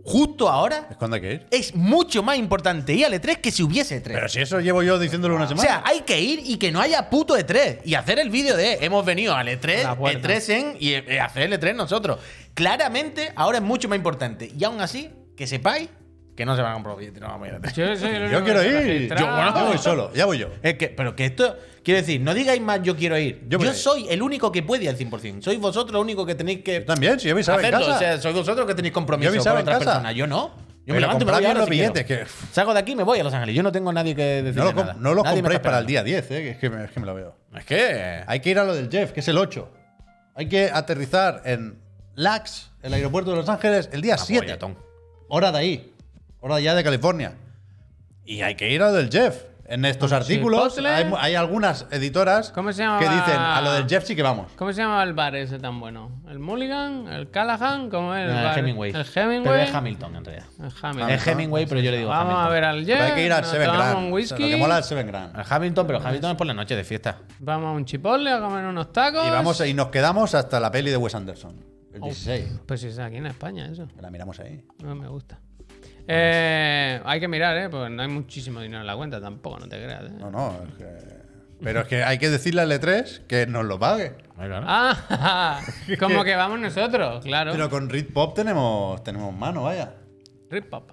S2: justo ahora
S3: ¿Es cuando hay que ir?
S2: es mucho más importante ir al E3 que si hubiese E E3.
S3: Pero si eso llevo yo diciéndolo una
S2: O
S3: semana.
S2: sea, hay que ir y que no haya puto E3. Y hacer el vídeo de hemos venido al E E3,
S1: La puerta.
S2: E3 en y eh, hacer el E3 nosotros. Claramente, ahora es mucho más importante. Y aún así, que sepáis que no se van a comprar los billetes, no vamos a ir al E3.
S1: Yo, soy el único
S3: yo quiero
S1: que se ha
S3: ir. Yo,
S1: registrado.
S3: bueno, yo voy solo, ya voy yo.
S2: Es que, pero que esto, quiero decir, no digáis más yo quiero ir.
S3: Yo
S2: Yo,
S3: voy a ir.
S2: soy el único que puede ir al 100%. Sois vosotros los únicos que tenéis que
S3: Yo también, si yo avisaba en
S2: hacerlo.
S3: casa.
S2: O sea, sois vosotros que tenéis
S3: Yo
S2: compromiso con
S3: avisaba en
S2: otras
S3: casa.
S2: personas. Yo no. Yo me
S3: Pero
S2: levanto y me voy
S3: comprad
S2: a
S3: bien los billetes, que-
S2: Salgo de aquí y me voy a Los Ángeles. Yo no tengo a nadie que decir.
S3: no lo, com- no lo compréis para el día 10, eh, que es, que me, es que me lo veo.
S2: Es que.
S3: Hay que ir a lo del Jeff, que es el 8. Hay que aterrizar en LAX, el aeropuerto de Los Ángeles, el
S1: Ah, pues
S3: día 7.
S2: Apoyatón.
S3: Hora de ahí. Hora de allá de California. Y hay que ir a lo del Jeff. En estos
S1: Con
S3: artículos
S1: Chipotle.
S3: hay, mu- hay algunas editoras
S1: Pues ¿Cómo se
S3: que
S1: llamaba?
S3: dicen a lo del Jeff sí que vamos.
S1: ¿Cómo se llama el bar ese tan bueno? ¿El Mulligan? ¿El Callahan? ¿Cómo es?
S2: No, el
S1: bar?
S2: Hemingway.
S1: ¿El Hemingway?
S2: Pero es Hamilton, en realidad.
S1: El Hamilton.
S2: Es Hemingway, pero yo le digo
S1: Vamos
S2: Hamilton.
S1: a ver al Jeff.
S3: Pero hay que ir al
S1: nos
S3: Seven
S1: tomamos
S3: Grand.
S1: un
S3: O sea, lo
S1: whisky.
S3: que mola es el Seven Grand.
S2: Al Hamilton, pero Hamilton es por la noche de fiesta.
S1: Vamos a un chipotle a comer unos tacos.
S3: Y, vamos, y nos quedamos hasta la peli de Wes Anderson. El
S1: Oh,
S3: 16.
S1: Pues si es aquí en España, eso.
S3: La miramos ahí.
S1: No me gusta. Eh, hay que mirar, ¿eh? Porque no hay muchísimo dinero en la cuenta tampoco, no te creas. ¿eh?
S3: No, no. es que- Pero es que hay que decirle al E3 que nos lo pague.
S1: Ah, como que vamos nosotros, claro.
S3: Pero con Reed Pop tenemos, tenemos mano, vaya.
S1: Rip Pop.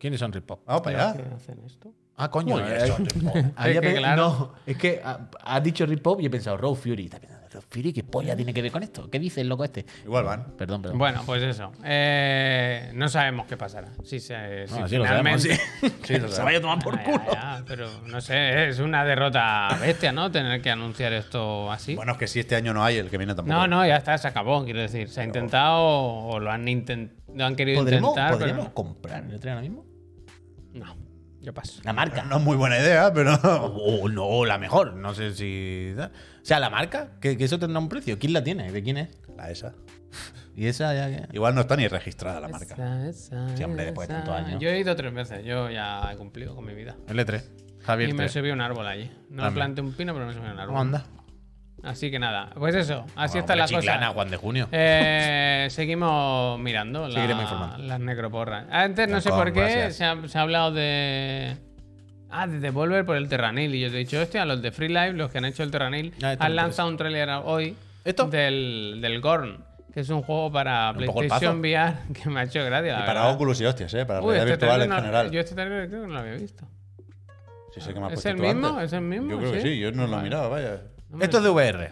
S2: ¿Quiénes son Rip Pop?
S3: Vamos para
S1: ¿Qué
S3: allá.
S1: hacen esto?
S2: Ah, coño.
S3: Muy bien,
S2: eh.
S3: son Rip Pop.
S2: Había
S1: Es que
S2: pe-
S1: claro.
S2: No, es que ha, ha dicho Rip Pop y he pensado, Road Fury. Está pensando, Road Fury, ¿qué polla tiene que ver con esto? ¿Qué dice el loco este?
S3: Igual van.
S2: Perdón, perdón.
S1: Bueno, pues eso. Eh, no sabemos qué pasará. Si se, si
S2: No, sí lo sabemos,
S1: finalmente-
S3: Sí, lo
S2: Se vaya a
S3: sabemos.
S2: tomar por
S1: Ya,
S2: culo.
S1: ya, ya, pero no sé, es una derrota bestia, ¿no? Tener que anunciar esto así.
S3: Bueno, es que si este año no hay, el que viene tampoco.
S1: no, no, ya está, se acabó, quiero decir. Se ha intentado o lo han, inten- lo han querido
S2: ¿Podremos,
S1: intentar. pero
S2: ¿podremos comprar el tren ahora mismo?
S1: no, yo paso.
S2: La marca.
S3: No es muy buena idea,
S2: O,
S3: pero.
S2: o no, o la mejor. No sé si. O sea, la marca, que, que eso tendrá un precio. ¿Quién la tiene? ¿De quién es?
S3: La esa.
S2: Y esa ya que.
S3: Igual no está ni registrada la marca.
S1: Esa, esa,
S2: Sí, hombre, después de
S1: esa.
S2: tantos años.
S1: Yo he ido tres veces, yo ya he cumplido con mi vida.
S2: L3. E Javier.
S1: Y me
S2: 3.
S1: subí a un árbol allí. No
S2: También.
S1: planté un pino, pero me subí a un árbol.
S2: ¿Cómo anda?
S1: Así que nada, pues eso, así
S2: Bueno,
S1: está la
S2: hombre, Chiclana,
S1: cosa.
S2: Juan de Junio.
S1: Eh, seguimos mirando la-
S2: Seguiremos informando. Ah,
S1: las necroporras. Antes no
S2: Con-
S1: sé por qué
S2: gracias.
S1: se ha, se ha hablado de. Ah, de Devolver por el Terranil. Y yo te he dicho, hostia, los de Free Life, los que han hecho el Terranil,
S2: Ah, esto me
S1: han lanzado un trailer hoy
S2: ¿Esto?
S1: Del, del Gorn, que es un juego para
S2: Un poco el
S1: PlayStation
S2: pazo.
S1: VR que me ha hecho gracia. la
S3: Y para
S1: verdad.
S3: Oculus y hostias, ¿eh? Para
S1: Uy,
S3: realidad
S1: este
S3: virtual
S1: trailer
S3: en
S1: no-
S3: general.
S1: Yo este trailer creo que no lo había visto.
S3: Sí, sé que me has
S1: ¿Es
S3: puesto
S1: el
S3: tú
S1: mismo?
S3: antes.
S1: ¿Es el mismo?
S3: Yo creo que
S1: ¿Sí?
S3: sí, yo no lo
S1: Vale.
S3: miraba, vaya.
S1: Hombre,
S2: Esto es de VR.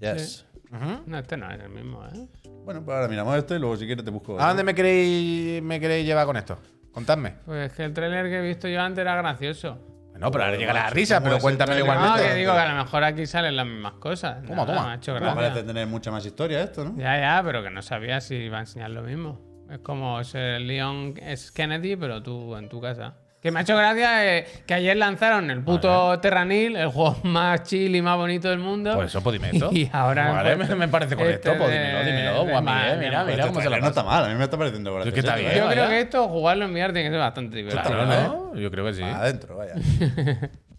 S3: Yes.
S2: Ujú.
S1: No, este no es el mismo, ¿eh?
S3: Bueno, pues ahora miramos esto y luego si quieres te
S1: Ah,
S3: busco.
S2: ¿A dónde me queréis, me queréis llevar con esto? Contadme.
S1: Pues es que el trailer que he visto yo antes era gracioso.
S2: No, pero ahora llega la
S3: macho,
S2: risa,
S3: ¿cómo
S2: pero
S3: es
S2: cuéntamelo
S3: el
S1: No,
S2: igualmente.
S1: que digo que a lo mejor aquí salen las mismas cosas.
S2: Toma,
S1: Nada,
S2: toma.
S1: Me ha hecho
S3: Pues
S1: gracia.
S3: parece tener mucha más historia esto, ¿no?
S1: Ya, ya, pero que no sabía si iba a enseñar lo mismo. Es como ser Leon es Kennedy, pero tú en tu casa. Que me ha hecho gracia eh, que ayer lanzaron el puto Terranil, el juego más chill y más bonito del mundo.
S2: Pues eso, pues dime esto.
S1: Y ahora.
S2: Vale,
S1: encuentro-
S2: me- me parece correcto, pues
S1: de-
S2: dímelo, dímelo,
S1: de
S2: guau, mira,
S1: madre
S2: mira,
S1: mía.
S3: Pero este
S2: cómo se la
S3: trailer no
S2: pasa.
S3: está mal, a mí me está pareciendo gracioso.
S2: que está bien.
S1: Yo
S2: Vaya.
S1: creo que esto, jugarlo en VR, tiene que ser bastante divertido.
S2: Claro, Ah, ¿no? Yo creo que sí.
S3: Adentro, vaya.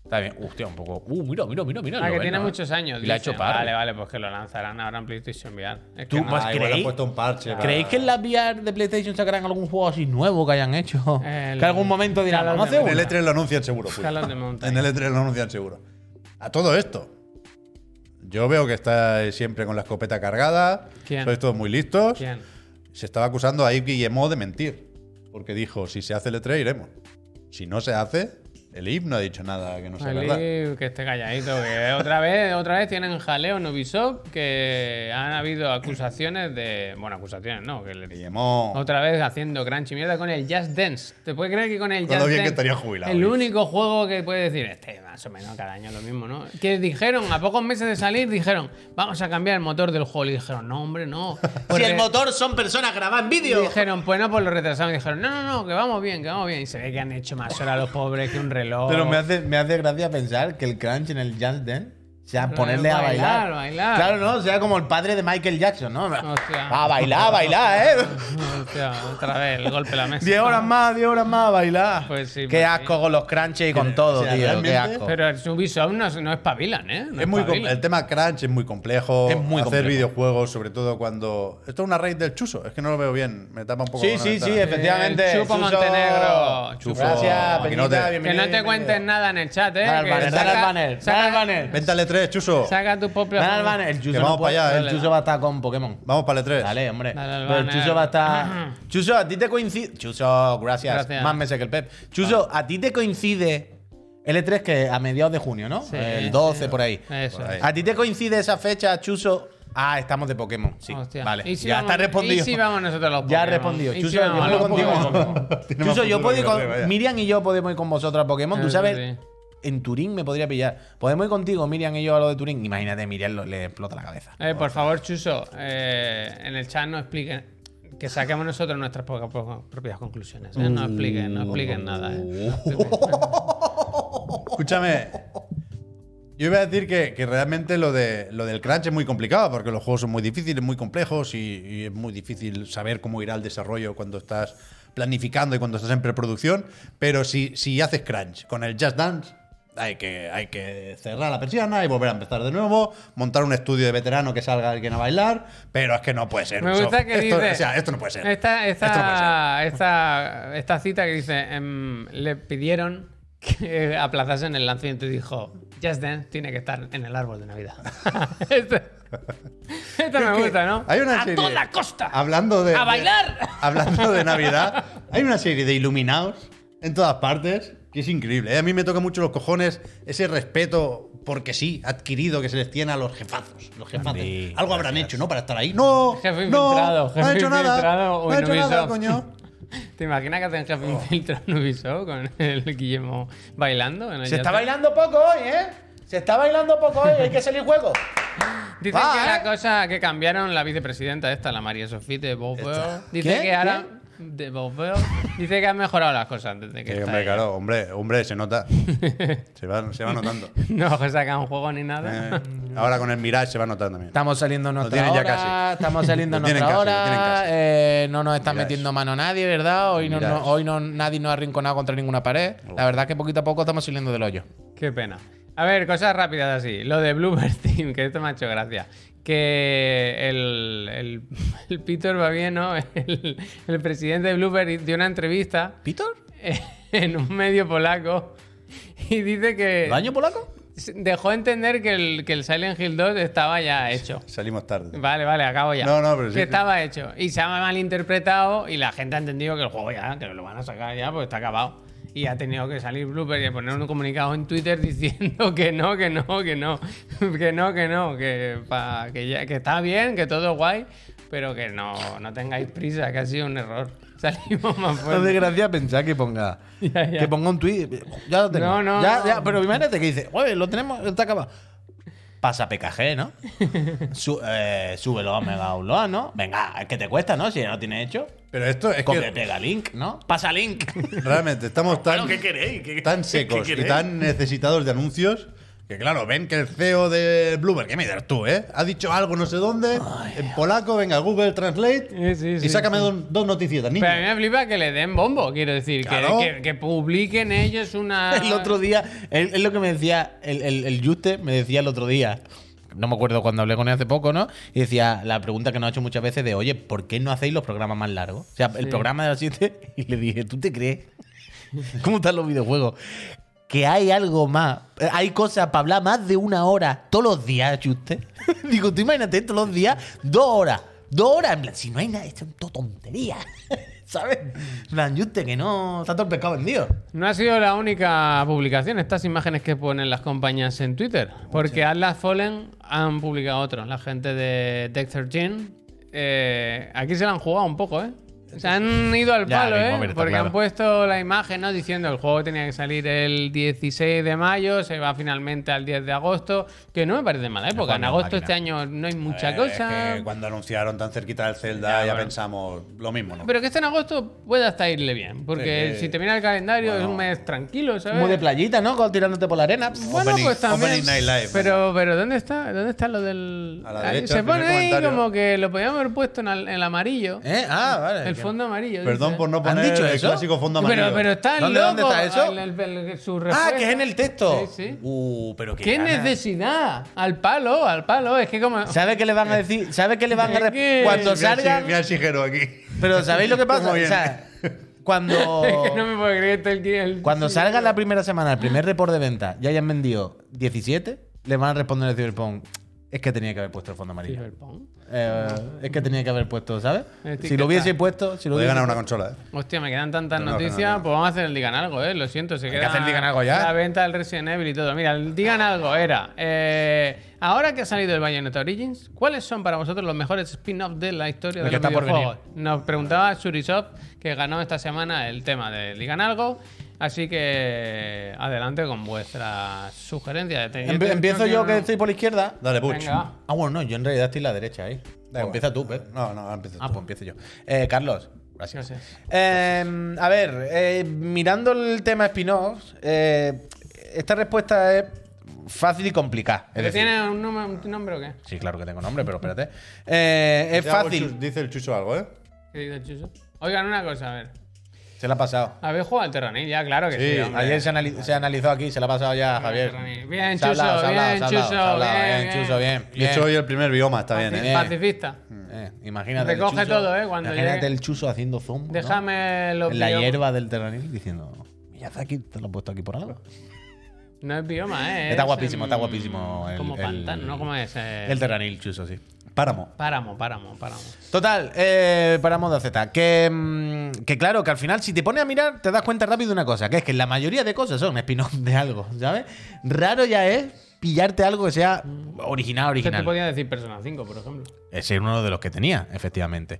S2: Está bien. Hostia, un poco. Uh, mira, mira, mira, mira.
S1: Ah,
S2: lo
S1: que
S2: ven,
S1: tiene
S2: ¿no?
S1: muchos años.
S2: Y la ha
S1: dicen.
S2: hecho par.
S1: Vale, vale, pues que lo lanzarán ahora en PlayStation VR. Es
S2: Tú,
S1: que
S2: más-
S3: Ah, igual le han
S2: ¿creéis?
S3: puesto un parche. para-
S2: ¿Creéis que en las VR de PlayStation sacarán algún juego así nuevo que hayan hecho?
S1: El-
S2: Que algún momento dirán,
S1: Call of
S2: vamos a hacer
S1: Duty.
S3: En
S2: uno.
S3: el E3 lo anuncian seguro. Julio.
S1: Call of the Mountain.
S3: En el E3 lo anuncian seguro. A todo esto, yo veo que estáis siempre con la escopeta cargada.
S1: ¿Quién?
S3: Sois todos muy listos.
S1: ¿Quién?
S3: Se estaba E acusando a Yves Guillemot de mentir. Porque dijo, si se hace el E3, iremos. Si no se hace, El IP no ha dicho nada que no sea
S1: Malib,
S3: verdad.
S1: que esté calladito, que otra vez, otra vez tienen jaleo en Ubisoft, que han habido acusaciones de. Bueno, acusaciones, no, que le-
S3: Guillemón.
S1: otra vez haciendo crunch y mierda con el Just Dance. ¿Te puedes creer que con el
S3: Con
S1: Just
S3: lo bien
S1: Dance,
S3: que estaría jubilado,
S1: El
S3: Luis.
S1: único juego que puedes decir, este más o menos cada año lo mismo, ¿no? Que dijeron, a pocos meses de salir, dijeron, vamos a cambiar el motor del juego. Y dijeron, no, hombre, no.
S2: Si el
S1: porque-
S2: motor son personas grabadas en
S1: y
S2: vídeo.
S1: dijeron, pues no, pues lo retrasaron. Y dijeron, no, no, no, que vamos bien, que vamos bien. Y se ve que han hecho más horas los pobres que un reloj.
S2: Pero me
S3: hace, me hace gracia pensar que el crunch en el Just Dance sea
S1: Claro, ponerle a bailar, bailar. bailar. Claro,
S3: ¿no? O sea, como el padre de Michael Jackson, ¿no?
S1: Hostia.
S2: Ah,
S3: A bailar, a bailar, ¿eh?
S1: Hostia, otra vez, el golpe a la mesa.
S2: 10 horas más, 10 horas más a bailar.
S1: Pues sí,
S2: Qué
S1: pues
S2: asco con los crunches y con
S3: Pero,
S2: todo,
S3: o sea,
S2: tío. Qué
S3: realmente-
S2: asco.
S1: Pero el Ubisoft no, no espabilan, ¿eh? No
S3: Es muy com-
S1: espabilan.
S3: el tema crunch es muy complejo.
S2: Es muy
S3: Hacer
S2: complejo.
S3: videojuegos, sobre todo cuando. Esto es una raíz del chuso. Es que no lo veo bien. Me tapa un poco.
S2: Sí,
S3: con la
S2: sí,
S3: ventana.
S2: sí, efectivamente.
S1: El Chupo
S2: Suso.
S1: Montenegro.
S2: Chupo.
S3: Gracias,
S2: Gracias,
S3: Peñita,
S2: Peñita,
S1: Que no te cuenten nada en el chat, ¿eh?
S2: Dale al
S1: Que
S2: banner,
S1: saca-
S2: dale al banner,
S1: saca-
S2: dale al banner.
S3: Venta al E3, chuso.
S1: Saca tu propio.
S2: Dale al banner. El Chuso,
S3: vamos
S2: no puede-
S3: para allá,
S2: el
S1: dale.
S2: Chuso va a estar con Pokémon.
S3: Vamos para el E3.
S2: Dale, hombre.
S1: Dale al
S2: Pero el
S1: banner.
S2: Chuso va a estar. Chuso, a ti te coincide. Chuso, gracias.
S1: Gracias.
S2: Más meses que el Pep. Chuso, a ti te coincide el E3 que a mediados de junio, ¿no?
S1: Sí,
S2: el 12 por ahí.
S1: Eso.
S3: Por ahí.
S2: ¿A ti te coincide esa fecha, Chuso? Ah, estamos de Pokémon. Sí.
S1: Hostia.
S2: Vale.
S1: ¿Y si
S2: ya
S1: vamos-
S2: está respondido.
S1: ¿Y si vamos nosotros los
S2: Ya ha
S1: Pokémon?
S2: respondido.
S1: ¿Y si
S2: Chuso, yo
S1: vamos a los
S2: puedo
S1: Pokémon?
S2: contigo.
S3: Tiene más
S2: Chuso, yo
S3: futuro
S2: puedo ir
S3: que
S2: con.
S3: el rey, vaya.
S2: Miriam y yo podemos ir con vosotros a Pokémon. Tú
S1: Eso
S2: sabes,
S1: sí.
S2: en Turín me podría pillar. Podemos ir contigo, Miriam y yo, a lo de Turín. Imagínate, Miriam lo- le explota la cabeza.
S1: Eh, por favor, Chuso, eh, en el chat no expliquen. Que saquemos nosotros nuestras po- po- propias conclusiones. ¿eh?
S2: Uh.
S1: No expliquen, no expliquen nada. ¿eh?
S3: Escúchame. Yo iba a decir que, que realmente lo, de, lo del crunch es muy complicado, porque los juegos son muy difíciles, muy complejos y, y es muy difícil saber cómo irá el desarrollo cuando estás planificando y cuando estás en preproducción. Pero si, si haces crunch con el Just Dance, hay que, hay que cerrar la persiana y volver a empezar de nuevo, montar un estudio de veterano que salga alguien a bailar, pero es que no puede ser.
S1: Me
S3: Ubisoft.
S1: gusta que
S3: esto,
S1: dice-
S3: o sea, esto no puede ser.
S1: Esta,
S3: Esto no puede ser.
S1: esta, esta, esta cita que dice: em, Le pidieron que aplazasen el lanzamiento y dijo: Just Dance tiene que estar en el árbol de Navidad. Esta esta me
S3: que
S1: gusta, ¿no?
S3: Hay una
S1: a
S3: serie-
S1: toda la costa.
S3: Hablando de.
S1: ¡A
S3: de-
S1: bailar!
S3: hablando de Navidad, hay una serie de iluminados en todas partes que es increíble. ¿eh? A mí me toca mucho los cojones ese respeto, porque sí, adquirido que se les tiene a los jefazos. Los jefaces.
S2: Andy,
S3: Algo habrán hecho, ¿no? Para estar ahí. ¡No!
S1: Jefe
S3: no,
S1: infiltrado,
S3: no
S1: jefe
S3: ha hecho nada.
S1: infiltrado o
S3: No ha
S1: en
S3: hecho nada,
S1: Ubisoft.
S3: coño.
S1: ¿Te imaginas que hacen jefe
S3: Oh.
S1: infiltrado en Ubisoft con el Guillermo bailando? en el
S2: Se
S1: Just
S2: está
S1: Dance?
S2: bailando poco hoy, ¿eh? Se está bailando poco hoy, hay que salir juego.
S1: Dicen
S2: Va,
S1: que
S2: ¿eh?
S1: la cosa que cambiaron la vicepresidenta esta, la María Sofía de Boveo, dice
S2: ¿Qué?
S1: que ahora de Boveo, dice que han mejorado las cosas desde que
S3: Eh,
S1: está
S3: hombre,
S1: ella.
S3: claro, hombre, hombre, se nota. Se va, se va notando.
S1: No que sacan juego ni nada.
S3: Eh, ahora con el Mirage se va notando también.
S2: Estamos saliendo nuestra
S3: tienen ya
S2: hora,
S3: casi.
S2: estamos saliendo
S3: Lo tienen
S2: nuestra
S3: casi, lo tienen
S2: hora,
S3: casi.
S2: eh, no nos está
S3: Mirad.
S2: metiendo mano nadie, ¿verdad? Hoy, no,
S3: Mirad.
S2: no- hoy no, nadie nos ha arrinconado contra ninguna pared. La verdad es que poquito a poco estamos saliendo del hoyo.
S1: Qué pena. A ver, cosas rápidas así. Lo de Bloober Team, que esto me ha hecho gracia. Que el, el, el Peter Babieno, el, el presidente de Bloober, dio una entrevista
S2: ¿Pitor?
S1: en un medio polaco y dice que
S2: ¿Baño polaco?
S1: dejó entender que el, que el Silent Hill 2 estaba ya hecho.
S3: Salimos tarde.
S1: Vale, vale, acabo ya.
S3: No, no, pero sí,
S1: Que
S3: sí.
S1: estaba hecho. Y se ha malinterpretado y la gente ha entendido que el juego ya, que lo van a sacar ya, pues está acabado. Y ha tenido que salir Blooper y poner un comunicado en Twitter diciendo que no, que no, que no, que no, que no, que, pa- que, ya- que está bien, que todo guay, pero que no, no tengáis prisa, que ha sido un error. Salimos más
S2: No
S1: fuertes.
S2: desgracia pensar que ponga
S1: Ya, ya.
S2: que ponga un tweet. Ya lo tengo.
S1: No, no,
S2: Ya,
S1: no.
S2: ya, pero imagínate que dice, oye, lo tenemos, está acabado. Pasa PKG, ¿no? Su- eh, súbelo a Mega Upload, ¿no? Venga, es que te cuesta, ¿no? Si ya lo tienes hecho.
S3: Pero esto es
S2: Copia y
S3: que
S2: pega Link, ¿no? Pasa Link.
S3: realmente estamos tan.
S2: queréis? ¿Qué-
S3: tan
S2: qué
S3: secos y
S2: queréis?
S3: tan necesitados de anuncios que, claro, ven que el CEO de Bloober, que me dirás tú, ¿eh? Ha dicho algo no sé dónde, en polaco, venga, Google Translate
S1: Sí, sí,
S3: y
S1: sí,
S3: sácame dos, dos noticietas, niño.
S1: Pero a mí me flipa que le den bombo, quiero decir, que-
S3: Claro.
S1: que, que publiquen ellos una...
S2: El otro día, es lo que me decía, el, el, el Juste me decía el otro día. No me acuerdo cuando hablé con él hace poco, ¿no? Y decía la pregunta que nos ha hecho muchas veces de, oye, ¿por qué no hacéis los programas más largos? O sea, el programa de las 7 y le dije, ¿tú te crees? ¿Cómo están los videojuegos? Que hay algo más, eh, hay cosas para hablar más de una hora todos los días, Juste. Digo, tú imagínate todos los días, dos horas, dos horas, en plan, si no hay nada, esto es todo tontería. ¿Sabes? En plan, Juste, que no. Está todo el pescado vendido.
S1: No ha sido la única publicación, estas imágenes que ponen las compañías en Twitter. Porque Atlas Fallen han publicado otros, la gente de Deck 13. Eh, aquí se la han jugado un poco, ¿eh? Se han ido al
S2: Ya,
S1: palo,
S2: mismo,
S1: ¿eh?
S2: hombre, está
S1: Porque
S2: claro.
S1: han puesto la imagen, ¿no? Diciendo el juego tenía que salir el 16 de mayo, se va finalmente al 10 de agosto. Que no me parece mala época. En
S2: una
S1: agosto
S2: máquina.
S1: este año no hay mucha
S3: Eh,
S1: cosa.
S3: es que cuando anunciaron tan cerquita del Zelda,
S1: Ya,
S3: ya,
S1: bueno.
S3: pensamos lo mismo, ¿no?
S1: Pero que este en agosto puede hasta irle bien. Porque
S3: Sí, que-
S1: si te mira el calendario es
S3: bueno.
S1: un mes tranquilo, ¿sabes?
S2: Muy de playita, ¿no? Como Tirándote por la arena.
S1: Bueno,
S3: Opening-
S1: pues también.
S3: Opening Night Live.
S1: Pero, pero ¿dónde está? ¿Dónde está lo del.?
S3: A la
S1: Ahí
S3: derecha,
S1: se
S3: el primer
S1: pone ahí
S3: comentario.
S1: como que lo podíamos haber puesto en al- en el amarillo.
S2: ¿Eh? Ah, vale.
S1: El
S2: que-
S1: fondo amarillo.
S3: Perdón
S1: dice.
S3: por no
S2: ¿Han
S3: poner
S2: dicho
S3: el
S2: eso?
S3: clásico fondo amarillo.
S1: Pero, pero está el
S2: ¿Dónde-
S1: loco.
S2: dónde está eso?
S1: el- el- el- su
S2: Ah,
S1: respuesta.
S2: que es en el texto.
S1: Sí, sí.
S2: Uh, pero que.
S1: ¿Qué necesidad? Al palo, al palo. Es que como.
S2: ¿Sabe qué le van a decir? ¿Sabe qué le van a
S1: Es que-
S2: decir? Cuando
S3: Mira,
S2: salgan.
S3: chi- mira, chijero aquí.
S2: Pero ¿sabéis lo que pasa? O
S3: Muy bien.
S2: sea,
S1: es que no
S2: cuando,
S1: me puedo creer que el. el-
S2: cuando salga la primera semana, el primer report de venta, ya hayan vendido 17, le van a responder el Cyberpunk. Es que tenía que haber puesto el fondo amarillo.
S1: Cyberpunk.
S2: Eh, es que tenía que haber puesto, ¿sabes?
S1: Etiqueta.
S2: Si lo hubiese puesto, si lo
S3: Puede
S2: hubiese
S3: ganar una consola, ¿eh?
S1: Hostia, me quedan tantas
S3: No, no,
S1: noticias.
S3: no, no.
S1: Pues vamos a hacer el Digan Algo, ¿eh? Lo siento, se queda
S2: que hacer el Digan Algo ya.
S1: La venta del Resident Evil y todo. Mira, el Digan Algo era. eh, ahora que ha salido el Bayonetta Origins, ¿cuáles son para vosotros los mejores spin-offs de la historia
S2: El
S1: de
S2: que
S1: los
S2: está por
S1: videojuegos? Nos preguntaba Surisoft, que ganó esta semana el tema del Digan Algo. Así que adelante con vuestras sugerencias. Te-
S2: Empe-
S1: te-
S2: Em, empiezo yo que
S1: no-
S2: estoy por la izquierda.
S3: Dale, Puch.
S1: Venga, va.
S2: Ah, bueno, no, yo en realidad estoy en la derecha ahí. Pues
S3: igual.
S2: empieza tú, Pep.
S3: No, no, ahora empiezo.
S2: Ah,
S3: tú.
S2: pues empiezo yo. Eh, Carlos, gracias.
S1: Gracias.
S2: Eh, a ver, eh, mirando el tema spin-off, eh, esta respuesta es fácil y complicada. Es
S1: ¿Pero
S2: decir-
S1: tiene un, número- un nombre o qué?
S2: Sí, claro que tengo nombre, pero espérate. Eh, es
S3: Dice algo
S2: fácil.
S3: Chu- Dice el chucho algo, ¿eh?
S1: ¿Qué dice Chuso? Oigan, una cosa, a ver.
S2: Se la ha pasado. Eh,
S1: ¿Habéis jugado al Terranil? Ya, claro que sí.
S3: Sí,
S1: hombre.
S2: Ayer se, anali- se analizó aquí, se la ha pasado ya a Javier.
S1: Bien,
S2: Se ha hablado,
S1: Chuso,
S2: se ha hablado,
S1: bien,
S2: se ha hablado,
S1: Chuso,
S2: se ha hablado,
S1: bien,
S2: bien,
S1: bien.
S2: Chuso, bien.
S3: Y
S2: bien.
S3: hecho hoy el primer bioma, está bien, ¿eh?
S2: eh.
S1: Pacifista.
S2: Eh, imagínate. el
S1: Recoge
S2: Chuso-
S1: todo, eh, cuando
S2: imagínate
S1: llegue.
S2: el chuso haciendo zoom. ¿no?
S1: Déjame los
S2: En la
S1: biomas.
S2: hierba del terranil diciendo. Miyazaki, te lo he puesto aquí por algo.
S1: No es bioma, eh.
S2: Está
S1: es,
S2: guapísimo, está
S1: mm,
S2: guapísimo el-
S1: como
S2: el-
S1: pantano, ¿no? Como es. eh,
S2: El terranil, chuso, sí.
S3: Páramo.
S1: Páramo, páramo, páramo.
S2: Total, eh, para modo Z, que, mm, que claro, que al final si te pones a mirar te das cuenta rápido de una cosa, que es que la mayoría de cosas son spin-off de algo, ¿sabes? Raro ya es pillarte algo que sea original,
S1: Entonces tú
S2: original.
S1: podías decir Persona 5, por ejemplo.
S2: Ese es uno de los que tenía, efectivamente.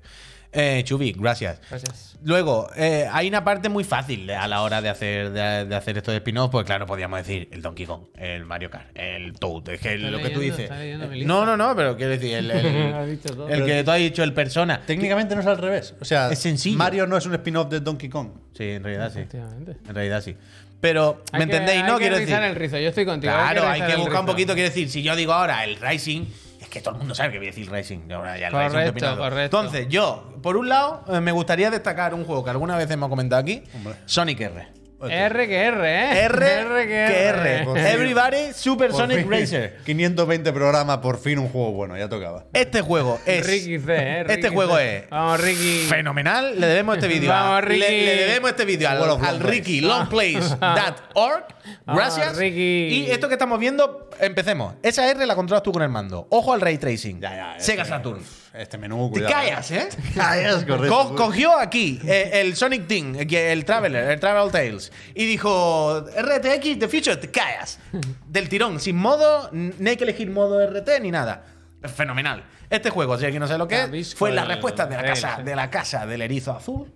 S2: Eh, Chubi, gracias.
S1: Gracias.
S2: Luego, eh, hay una parte muy fácil a la hora de hacer, de, de hacer estos spin-offs, pues claro, podríamos decir el Donkey Kong, el Mario Kart, el Toad, es que lo que
S1: leyendo,
S2: tú dices.
S1: está leyendo mi
S2: No, no, no, pero quiero decir, el, el-
S1: Has dicho todo.
S2: el que tú has dicho, el Persona.
S3: Técnicamente no es al revés. O sea,
S2: Es sencillo.
S3: Mario no es un spin-off de Donkey Kong.
S2: Sí, en realidad sí.
S1: Efectivamente.
S2: En realidad sí. Pero, ¿me
S1: Hay que-
S2: entendéis? No,
S1: hay que
S2: quiero decir.
S1: rizar el rizo, yo estoy contigo.
S2: Claro, hay
S1: rizar
S2: que
S1: el
S2: buscar un
S1: rizo.
S2: poquito. Quiero decir, si yo digo ahora el Rising, es que todo el mundo sabe que voy a decir Rising. y Ahora ya el Rising
S1: Correcto,
S2: terminado.
S1: correcto.
S2: Entonces, yo, por un lado, eh, me gustaría destacar un juego que alguna vez hemos comentado aquí:
S3: Hombre.
S2: Sonic R.
S1: R que R, eh.
S2: R,
S1: que
S2: que
S3: Por
S2: R. pues,
S3: fin.
S2: Everybody Super
S3: Por
S2: Sonic
S3: fin,
S2: Racer.
S3: 520 programas, por fin un juego bueno, ya tocaba.
S2: Este juego es.
S1: Ricky C, eh. Ricky
S2: este juego
S1: C.
S2: es.
S1: Vamos, Ricky.
S2: Fenomenal, le debemos este vídeo. a-
S1: Vamos, Ricky.
S2: Le, le debemos este vídeo
S3: World
S2: al,
S3: of Long
S2: al
S3: Plays.
S2: Ricky Longplays.org.
S1: Vamos,
S2: Gracias.
S1: Ricky.
S2: Y esto que estamos viendo, empecemos. Esa R la controlas tú con el mando. Ojo al ray tracing.
S3: Ya, ya,
S2: Sega
S3: este-
S2: Saturn.
S3: Este menú,
S2: Te
S3: cuidado.
S2: callas, ¿eh?
S3: Callas, correcto.
S2: Co- cogió aquí eh, el Sonic Team, el Traveler, el Travel Tales, y dijo: RTX, The Future, te callas. Del tirón, sin modo, n- no hay que elegir modo RT ni nada. Es Fenomenal. Este juego, si alguien no sabe lo que es,
S1: Cabisco
S2: fue la
S1: el-
S2: respuesta de la
S1: el-
S2: casa, de la casa del erizo azul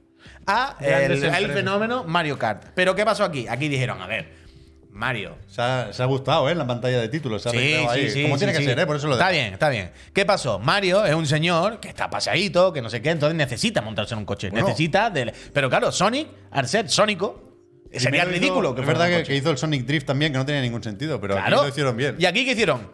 S2: a
S1: Grandes
S2: el, el
S1: empresas.
S2: fenómeno Mario Kart. Pero ¿qué pasó aquí? Aquí dijeron: A ver, Mario,
S3: Se ha, se ha gustado, ¿eh? En la pantalla de títulos. se ha recreado ahí. Como tiene
S2: sí,
S3: que
S2: sí.
S3: ser, ¿eh? Por eso lo
S2: Está
S3: dejo.
S2: bien, está bien. ¿Qué pasó? Mario es un señor que está pasadito, que no sé qué, entonces necesita montarse en un coche.
S3: Bueno.
S2: Necesita del. Pero claro, Sonic, al ser sónico, sería
S3: Primero hizo-
S2: ridículo que
S3: Es
S2: fuera
S3: verdad
S2: un
S3: que,
S2: coche.
S3: que hizo el Sonic Drift también, que no tenía ningún sentido, pero aquí
S2: Claro.
S3: lo hicieron bien.
S2: ¿Y aquí qué hicieron?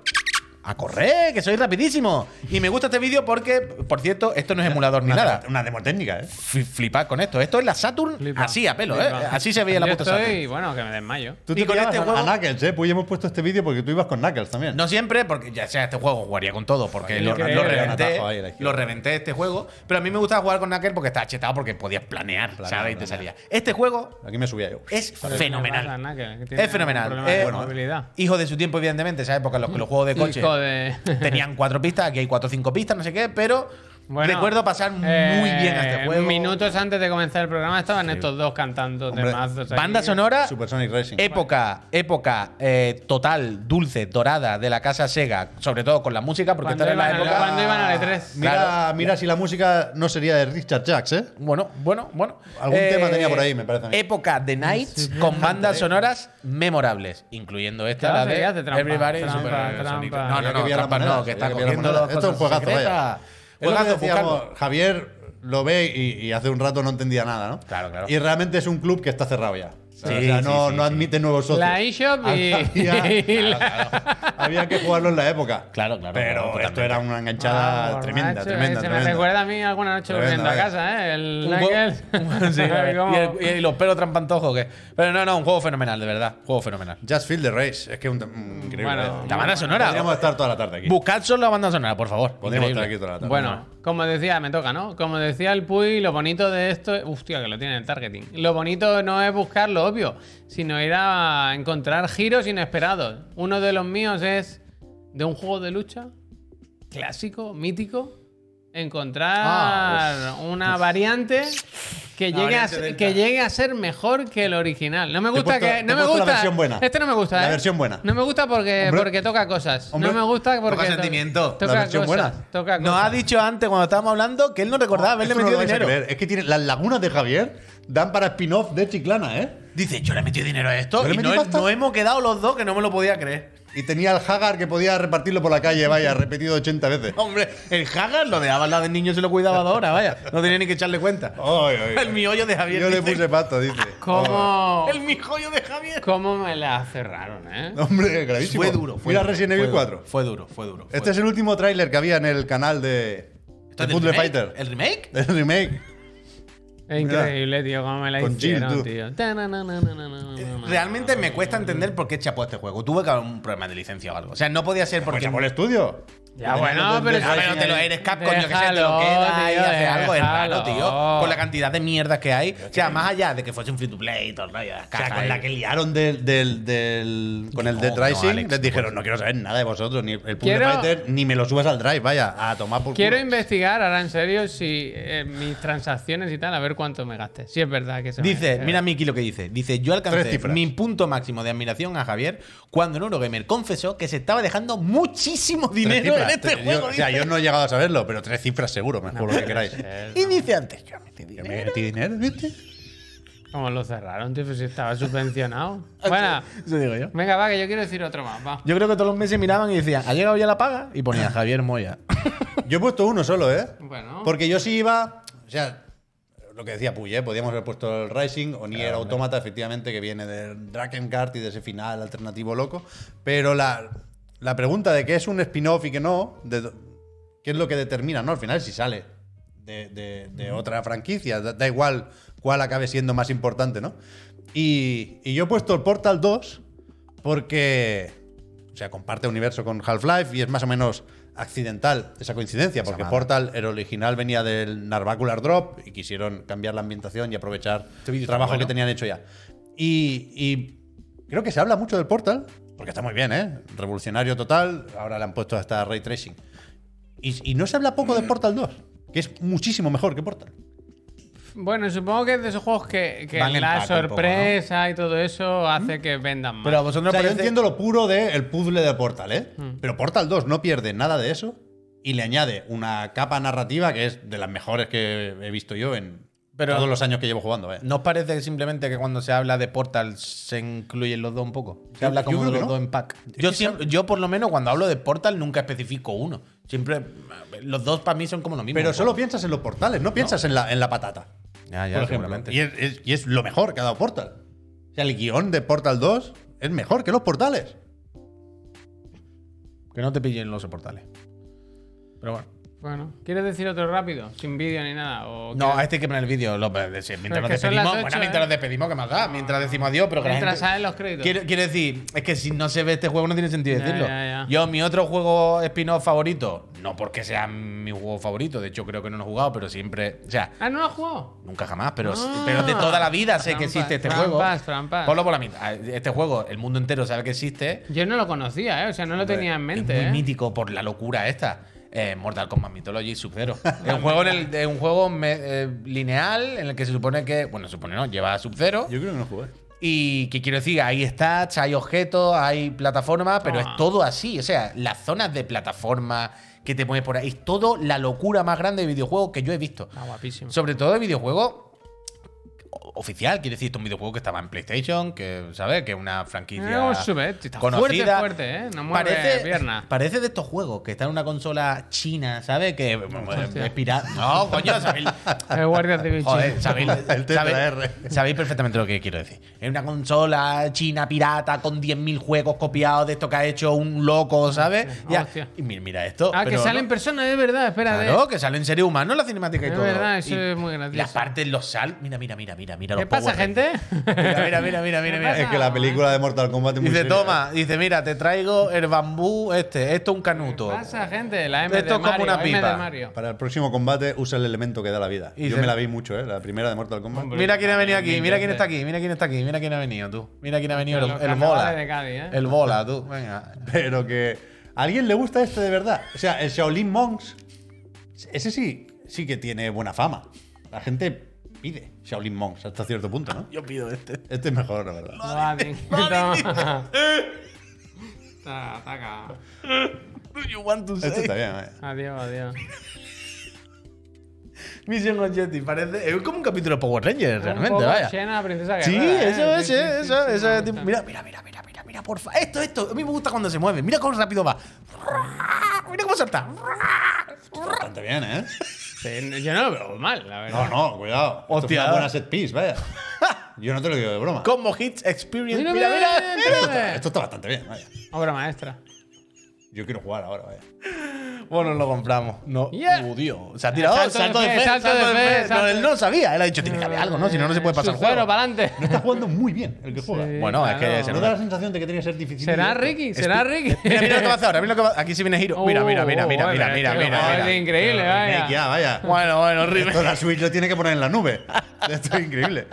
S2: A correr, que soy rapidísimo. Y me gusta este vídeo porque, por cierto, esto no es emulador ni
S3: una,
S2: nada.
S3: Una demo técnica, ¿eh?
S2: Fli- Flipad con esto. Esto es la Saturn
S1: Flipa,
S2: así a pelo, ¿eh?
S1: flipa.
S2: Así se veía la
S1: Yo
S2: puta Saturn.
S1: estoy, bueno, que me desmayo.
S3: Tú
S2: Y
S3: te
S2: con
S3: pillabas
S2: este
S3: a,
S2: juego-
S3: a Knuckles, ¿eh? Pues hemos puesto este vídeo porque tú ibas con Knuckles también.
S2: No siempre, porque ya sea este juego jugaría con todo, porque
S1: Joder,
S2: lo,
S1: increíble.
S2: lo
S1: Hay un
S2: reventé,
S3: atajo ahí a la izquierda.
S2: lo reventé este juego. Pero a mí me gustaba jugar con Knuckles porque estaba chetado, porque podías planear,
S3: Planear,
S2: ¿sabes? Y te
S3: planear.
S2: salía. Este juego
S3: Aquí me subía yo.
S2: es
S1: Me pasa
S2: fenomenal.
S1: nada, que- que tiene
S2: Es fenomenal.
S1: problemas de
S2: Eh,
S1: movilidad.
S2: hijo de su tiempo, evidentemente, ¿sabes? Porque los que los juegos de coche
S1: Hijo de-
S2: tenían cuatro pistas, aquí hay cuatro o cinco pistas, no sé qué, pero
S1: Bueno,
S2: Recuerdo pasar muy bien a este
S1: eh,
S2: juego.
S1: Minutos antes de comenzar el programa estaban
S2: Sí.
S1: estos dos cantando
S3: Hombre,
S1: temazos. ahí.
S2: Banda sonora,
S3: Super Sonic Racing.
S2: época, época eh, total, dulce, dorada de la casa Sega, sobre todo con la música, porque
S1: Cuando
S2: esta era la
S1: iban al-
S2: época.
S1: cuando iban al E E3.
S3: Mira,
S2: Claro.
S3: mira si la música no sería de Richard Jacks, ¿eh?
S2: Bueno, bueno, bueno. Eh,
S3: Algún tema tenía por ahí, me parece a mí.
S2: Época de Nights con bandas sonoras memorables, incluyendo esta,
S1: Claro,
S2: la de
S1: se hace trampa,
S2: Everybody
S1: trampa,
S2: Super
S1: trampa.
S2: Sonic. No,
S1: Había
S2: no,
S3: Había
S2: no,
S3: que pillar
S2: trampa
S3: las
S2: no,
S3: monedas,
S2: que
S3: había
S2: está
S3: pillar las
S2: cogiendo
S3: monedas.
S2: los
S3: Esto es un juegazo, vaya. Es lo que
S2: Juegazo,
S3: decíamos,
S2: buscadlo.
S3: Javier lo ve y, y hace un rato no entendía nada, ¿no?
S2: Claro, claro.
S3: Y realmente es un club que está cerrado ya. O sea,
S2: Sí,
S3: o sea, no,
S2: sí, sí,
S3: no
S2: sí.
S3: admite nuevos socios.
S1: La eShop y.
S2: Ah,
S3: Había-
S1: y la-
S3: Había que jugarlo en la época.
S2: Claro, claro,
S3: Pero
S2: claro,
S3: esto
S2: totalmente.
S3: era una
S1: Ah,
S3: enganchada
S1: borracho,
S3: tremenda,
S1: eh,
S3: tremenda,
S1: Se me
S3: tremenda.
S1: recuerda a mí alguna noche volviendo
S3: Tremenda,
S1: a
S3: vaya.
S1: casa, ¿eh? El
S2: Un juego-
S1: Nagel.
S2: Sí, a ver,
S1: Como-
S2: y, el- y los pelos trampantojos que. Pero no, no, un juego fenomenal, de verdad. Juego fenomenal.
S3: Just Feel the Race. Es que un, un- increíble. ¿eh?
S1: Bueno,
S2: La banda
S3: Podríamos
S2: sonora.
S3: estar toda la tarde aquí.
S2: Buscad solo la banda sonora, por favor.
S3: Podríamos
S2: Increíble.
S3: estar aquí toda la tarde.
S1: Bueno, como decía, me toca, ¿no? Como decía el Puy, lo bonito de esto. Uf, tío, que lo tiene en el targeting. Lo bonito no es buscar lo obvio, sino ir a encontrar giros inesperados. Uno de los míos es de un juego de lucha clásico, mítico. Encontrar
S2: Ah,
S3: pues,
S1: una variante que llegue, a,
S2: variante
S1: ser-
S2: delta.
S1: que llegue a ser mejor que el original. No me
S3: Te he
S1: gusta
S3: puesto- te
S1: que.
S3: he
S1: No me
S3: puesto la
S1: gusta.
S3: versión buena.
S1: Este no me gusta,
S3: La
S1: ¿eh?
S3: versión buena.
S1: No me gusta porque,
S3: Hombre.
S1: porque toca cosas.
S3: Hombre.
S1: no me gusta porque.
S2: Toca sentimiento.
S1: Toca
S3: La versión
S1: cosas,
S3: buena.
S1: Toca cosas.
S2: Nos ha dicho antes, cuando estábamos hablando, que él no recordaba Ah, haberle
S3: Esto no
S2: metido
S3: lo vais a
S2: dinero.
S3: creer. Es que tiene, las lagunas de Javier dan para spin-off de Chiclana, ¿eh?
S2: Dice, yo le he metido dinero a esto.
S3: ¿Yo le
S2: Y
S3: he
S2: no,
S3: metido pasta?
S2: no hemos quedado los dos que no me lo podía creer.
S3: Y tenía al Hagar que podía repartirlo por la calle, vaya, repetido 80 veces.
S2: Hombre, el Hagar lo dejaba al lado del niño y se lo cuidaba dos horas, vaya. No tenía ni que echarle cuenta.
S3: Ay, ay, ay.
S2: El miollo de Javier.
S3: Yo le
S2: dice.
S3: puse pasta, dice.
S1: ¿Cómo,
S2: El miollo de Javier.
S1: ¿Cómo me la cerraron, eh?
S3: Oh, Hombre, gravísimo.
S2: Fue duro. Fue
S3: Mira
S2: duro,
S3: Resident
S2: fue
S3: Evil
S2: duro,
S3: 4.
S2: Fue duro, fue duro. fue
S3: Este es el último tráiler que había en el canal de,
S2: duro.
S3: de
S2: ¿Esto es del
S3: Puzzle
S2: remake?
S3: Fighter.
S2: ¿El remake?
S3: El remake.
S1: Es increíble, tío, cómo me la
S3: Con Jill,
S1: hicieron,
S3: tú.
S1: tío. Tananananananana.
S2: Realmente me cuesta entender por qué chapó este juego. Tuve que haber un problema de licencia o algo. O sea, no podía ser
S3: Pues
S2: porque.
S3: por el estudio.
S1: Ya,
S3: Tenemos
S1: bueno,
S3: un
S1: pero
S3: Death
S2: Ah, pero
S3: Rising
S2: te lo
S3: ahí.
S2: eres cap, coño, que se te
S1: Déjalo,
S2: lo queda y
S1: tío,
S2: hace algo. Es raro,
S1: déjalo.
S2: tío. Con la cantidad de mierdas que hay. O sea, más allá de que fuese un free to play y todo el rollo. las
S3: O sea,
S2: cajas
S3: con
S2: y-
S3: la que liaron del, del, del- con el
S2: No,
S3: Dead
S2: no,
S3: Rising,
S2: Alex, no
S3: les dijeron,
S2: puedes.
S3: no quiero saber nada de vosotros, ni el Puzzle
S1: Quiero-
S3: Fighter, ni me lo subas al drive, vaya, a tomar por
S1: Quiero
S3: culo.
S1: investigar ahora en serio si eh, mis transacciones y tal, a ver cuánto me gasté. Si es verdad que se me
S2: Dice,
S1: gasté.
S2: mira Miki lo que dice. Dice, yo
S3: Eh. Tres
S2: alcancé
S3: cifras.
S2: mi punto máximo de admiración a Javier cuando en Eurogamer confesó que se estaba dejando muchísimo
S3: Tres
S2: dinero
S3: cifras.
S2: en este
S3: Yo-
S2: juego.
S3: O sea,
S2: dice.
S3: yo no he llegado a saberlo, pero tres cifras seguro, me juro lo que queráis.
S2: Y dice antes, yo metí
S3: Yo
S2: dinero.
S3: me metí dinero, ¿viste?
S1: ¿Cómo lo cerraron, tío? Pues Si estaba subvencionado. Bueno,
S2: Eso digo yo.
S1: venga, va, que yo quiero decir otro más, va.
S2: Yo creo que todos los meses miraban y decían, ¿ha llegado ya la paga? Y ponía Javier Moya.
S3: Yo he puesto uno solo, ¿eh?
S1: Bueno.
S3: Porque yo sí iba, o sea, lo que decía Puy, ¿eh? podíamos haber puesto el Rising o Nier Automata, efectivamente, que viene del Drakenkart y de ese final alternativo loco. Pero la, la pregunta de qué es un spin-off y qué no, de, ¿qué es lo que determina, no? Al final, si sale de, de- de otra franquicia, da, da igual cuál acabe siendo más importante, ¿no? Y, y yo he puesto el Portal 2 porque, o sea, comparte universo con Half-Life y es más o menos accidental esa coincidencia, porque
S2: madre.
S3: Portal, el original, venía del Narvacular Drop y quisieron cambiar la ambientación y aprovechar
S2: Este vídeo
S3: el
S2: está
S3: trabajo
S2: bueno.
S3: que tenían hecho ya. Y, y creo que se habla mucho del Portal, porque está muy bien, ¿eh? Revolucionario total, ahora le han puesto hasta Ray Tracing. Y, y no se habla poco de Portal 2, que es muchísimo mejor que Portal.
S1: Bueno, supongo que es de esos juegos que, que
S2: Van en
S1: la
S2: pack un poco, ¿Mm?
S1: sorpresa y todo eso hace que vendan más.
S2: Pero a
S3: O
S2: vosotros
S3: sea, yo
S2: parece-
S3: entiendo lo puro del puzzle de Portal, ¿eh?
S2: Mm.
S3: Pero Portal 2 no pierde nada de eso y le añade una capa narrativa que es de las mejores que he visto yo en
S2: Pero-
S3: todos los años que llevo jugando, ¿eh?
S2: ¿No os parece simplemente que cuando se habla de Portal se incluyen los dos un poco? Se
S3: Yo-
S2: habla
S3: yo
S2: como
S3: creo
S2: de
S3: que
S2: los
S3: no.
S2: dos en pack. Yo, siempre, yo, por lo menos, cuando hablo de Portal, nunca especifico uno. Siempre. Los dos para mí son como lo mismo.
S3: Pero
S2: un
S3: solo
S2: poco.
S3: piensas en los portales, no piensas en, la, en la patata.
S2: Ya, ya,
S3: por ejemplo.
S2: seguramente.
S3: Y es, es- y es lo mejor que ha dado Portal. O sea, el guión de Portal 2 es mejor que los portales.
S2: Que no te pillen los portales. Pero bueno.
S1: Bueno, ¿quieres decir otro rápido? Sin vídeo ni nada. ¿o
S2: No,
S1: quieres-
S2: a este hay que poner el vídeo. lo- Mientras
S1: es
S2: nos
S1: que son las
S2: despedimos.
S1: ocho,
S2: bueno,
S1: ¿eh?
S2: mientras nos despedimos, ¿qué más da? Mientras decimos adiós, pero que la
S1: Mientras
S2: gente-
S1: salen los créditos.
S2: Quiero, quiero decir, es que si no se ve este juego no tiene sentido
S1: Ya,
S2: decirlo.
S1: ya, ya.
S2: Yo, mi otro juego spin-off favorito, no porque sea mi juego favorito, de hecho creo que no lo he jugado, pero siempre, o sea,
S1: Ah, no lo has jugado.
S2: nunca jamás, pero,
S1: Ah.
S2: pero de toda la vida sé que
S1: Trampas,
S2: existe este
S1: trampas,
S2: juego.
S1: trampas.
S2: Ponlo por la mitad. Este juego, el mundo entero sabe que existe.
S1: Yo no lo conocía, ¿eh? O sea, no lo tenía en mente,
S2: Es muy
S1: ¿eh?
S2: mítico por la locura esta. eh, Mortal Kombat Mythology Sub-Zero. es un juego, en el, es un juego me- eh, lineal en el que se supone que. Bueno, se supone no, lleva a Sub-Zero.
S3: Yo creo que no jugué.
S2: Y que quiero decir, hay stats, hay objetos, hay plataformas, pero
S1: Ah.
S2: es todo así. O sea, las zonas de plataforma que te pones por ahí, es todo la locura más grande de videojuegos que yo he visto.
S1: Está guapísimo.
S2: Sobre todo de videojuego o- oficial, quiere decir, esto es un videojuego que estaba en PlayStation, que, ¿sabes? Que es una
S1: Mira
S2: franquicia
S1: Eh, cómo sube, tío, está fuerte,
S2: conocida.
S1: fuerte, ¿eh? No mueve pierna.
S2: Parece de estos juegos que está en una consola china, ¿sabes? Que bueno, pues,
S1: Hostia.
S2: es pirata. No, coño, sabéis,
S1: El guardia civil
S2: Joder,
S1: chino.
S2: sabéis,
S3: El tetra
S2: sabéis-
S3: R.
S2: sabéis perfectamente lo que quiero decir. Es una consola china pirata con 10.000 juegos copiados de esto que ha hecho un loco, ¿sabes? Ya.
S1: hostia.
S2: Y mira, mira esto.
S1: Ah, que
S2: pero
S1: salen
S2: no-
S1: personas, es verdad, espérate.
S2: Claro, que salen seres humanos la cinemática y
S1: Es
S2: todo.
S1: verdad, eso
S2: Y-
S1: es muy
S2: y
S1: gracioso.
S2: las partes, los sal. Mira, mira, mira, mira, mira.
S1: ¿Qué
S2: los
S1: pasa,
S2: Power
S1: gente?
S2: Rangers. Mira, mira, mira, mira, mira.
S1: ¿Qué
S3: Es que la película de Mortal Kombat es
S2: Ah.
S3: muy
S2: Dice,
S3: seria.
S2: toma, dice, mira, te traigo el bambú este, esto es un
S1: ¿Qué
S2: canuto.
S1: pasa, gente? La M
S2: Esto
S1: de
S2: es como
S1: Mario,
S2: una
S1: M de
S2: pipa.
S1: Mario.
S3: Para el próximo combate usa el elemento que da la vida.
S2: Y
S3: Yo
S2: se-
S3: me la vi mucho, ¿eh? La primera de Mortal Kombat.
S1: Hombre.
S2: Mira quién ha venido aquí, mira quién
S1: Gente.
S2: está aquí, mira quién está aquí, mira quién ha venido tú. Mira quién ha venido, el,
S1: Los
S2: el
S1: carnavales
S2: bola.
S1: de Cádiz, ¿eh?
S2: El bola, tú, venga.
S3: Pero que. ¿A alguien le gusta este de verdad? O sea, el Shaolin Monks. Ese sí, sí que tiene buena fama. La gente pide Shaolin Monks hasta cierto punto, ¿no?
S2: Yo pido este.
S3: Este es mejor, la verdad.
S1: Buah, tío. Toma. Ta- Ataca.
S2: you want to
S3: Este está bien, ¿eh?
S1: Adiós, adiós.
S2: Mission Objective, parece. Es como un capítulo de Power Rangers,
S1: Un
S2: realmente,
S1: poco
S2: vaya.
S1: Xena, princesa
S2: Sí,
S1: guerrera, ¿eh?
S2: eso es,
S1: Sí, sí,
S2: eh,
S1: sí,
S2: eso,
S1: sí,
S2: eso
S1: me
S2: es. tipo,
S1: gusta.
S2: Mira, mira, mira, mira, mira, mira, porfa. Esto, esto. A mí me gusta cuando se mueve. Mira cómo rápido va. Mira cómo salta.
S3: Bastante bien, ¿eh?
S1: Sí, Yo no lo veo mal, la verdad.
S3: No, no, cuidado. Esto
S2: Hostia.
S3: es una buena set piece, vaya. Yo no te lo digo de broma.
S2: Combo Hits Experience.
S1: Mira,
S2: Mira, mira,
S1: mira,
S2: mira.
S1: mira,
S3: Esto está, esto está bastante bien, vaya.
S1: Obra maestra.
S3: Yo quiero jugar ahora, vaya.
S2: Bueno, lo compramos. No.
S1: Yeah.
S2: Uh, Dios. Se ha tirado
S1: Salto
S2: salto,
S1: de
S2: de
S1: fe,
S2: fe.
S1: salto de fe, salto
S2: No,
S1: de-
S2: él no lo sabía. Él ha dicho, tiene que haber algo, ¿no? Si no, no se puede pasar el
S1: Bueno,
S2: juego.
S1: para adelante.
S3: Está jugando muy bien el que juega.
S1: Sí,
S2: Bueno, es que
S1: claro.
S2: se
S3: ¿No da la sensación de que tiene que ser difícil?
S1: ¿Será Ricky? ¿Será Ricky?
S2: Mira, este, mira lo que va a hacer ahora. Mira lo que va- Aquí se viene giro. Mira, mira, mira,
S1: Uh,
S2: mira,
S1: bueno,
S2: mira,
S1: este
S2: mira,
S1: juego
S2: mira,
S1: es
S2: mira.
S1: increíble,
S3: Remake, ya,
S1: vaya.
S3: vaya.
S2: Bueno, bueno, horrible.
S3: Esto la Switch lo tiene que poner en la nube. Esto es increíble.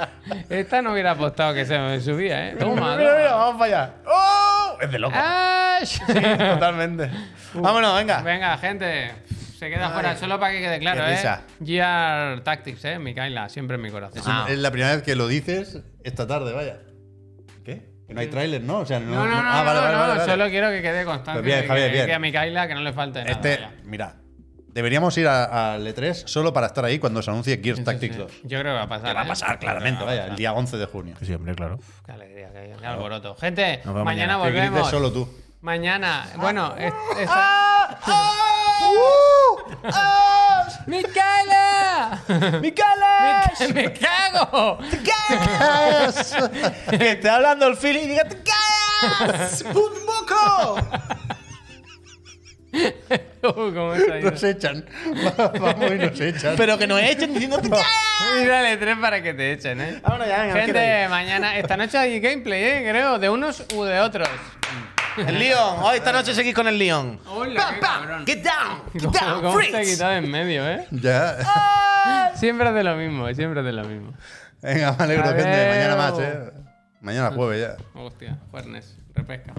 S1: Esta no hubiera apostado que se me subía, ¿eh? Toma, Ah.
S2: Mira, mira,
S1: toma.
S2: vamos para allá. ¡Oh! Es de loco.
S1: ¡Ash!
S2: Totalmente. Vámonos, venga.
S1: Venga, gente. Se queda
S2: Ay,
S1: fuera, solo para que quede claro,
S2: qué risa.
S1: ¿eh? GR Tactics, ¿eh? Micaela, siempre en mi corazón.
S3: Es, un- es la primera vez que lo dices esta tarde, vaya.
S2: ¿Qué?
S3: Que no hay tráiler, ¿no? O sea, no,
S1: No, no, no,
S3: ah, vale,
S1: no,
S3: vale,
S1: no,
S3: vale, vale.
S1: solo quiero que quede constante.
S3: Pues bien,
S1: que-
S3: Javier,
S1: que,
S3: bien.
S1: a Micaela que no le falte nada.
S3: Este,
S1: vaya.
S3: mira, deberíamos ir a- al E3 solo para estar ahí cuando se anuncie Gears Tactics
S1: Sí,
S3: 2.
S1: Yo creo que va a pasar.
S3: Que va a
S1: ¿eh?
S3: pasar, claramente,
S1: Creo que va a
S3: vaya, el día 11 de junio.
S2: Sí, hombre, claro.
S1: pasar. Qué alegría, qué, qué alboroto. Gente,
S2: Nos vemos
S1: mañana,
S2: mañana.
S3: Que grites
S1: volvemos.
S3: solo Ah. tú.
S1: Mañana, bueno, es, es-
S2: ¡Ah!
S1: ¡Micaela!
S2: ¡Micaela!
S1: ¡Me, me cago!
S2: que esté hablando el Philly y diga ¡Te caes! ¡Pum moco!
S1: Uh, ¿Cómo está ido?
S3: Nos echan. Vamos y nos echan.
S2: Pero que nos echen diciendo ¡Te caes!
S1: Y dale tres para que te echen, ¿eh?
S3: Ah,
S2: Vámonos ya, venga, me quiero
S1: Gente, mañana, esta noche hay gameplay, ¿eh? Creo, de unos u de otros.
S2: El Leon, hoy esta noche seguís con el Leon.
S1: Hola, qué cabrón.
S2: ¡Get down! ¡Get
S1: ¿Cómo,
S2: down!
S1: cómo se ha
S2: freeze.
S1: quitado en medio, eh?
S3: Ya.
S1: Siempre es de lo mismo, siempre es de lo mismo.
S3: Venga, me alegro, gente. Mañana más,
S1: Adiós.
S3: ¿eh? Mañana jueves ya.
S1: Hostia, Juernes, repesca.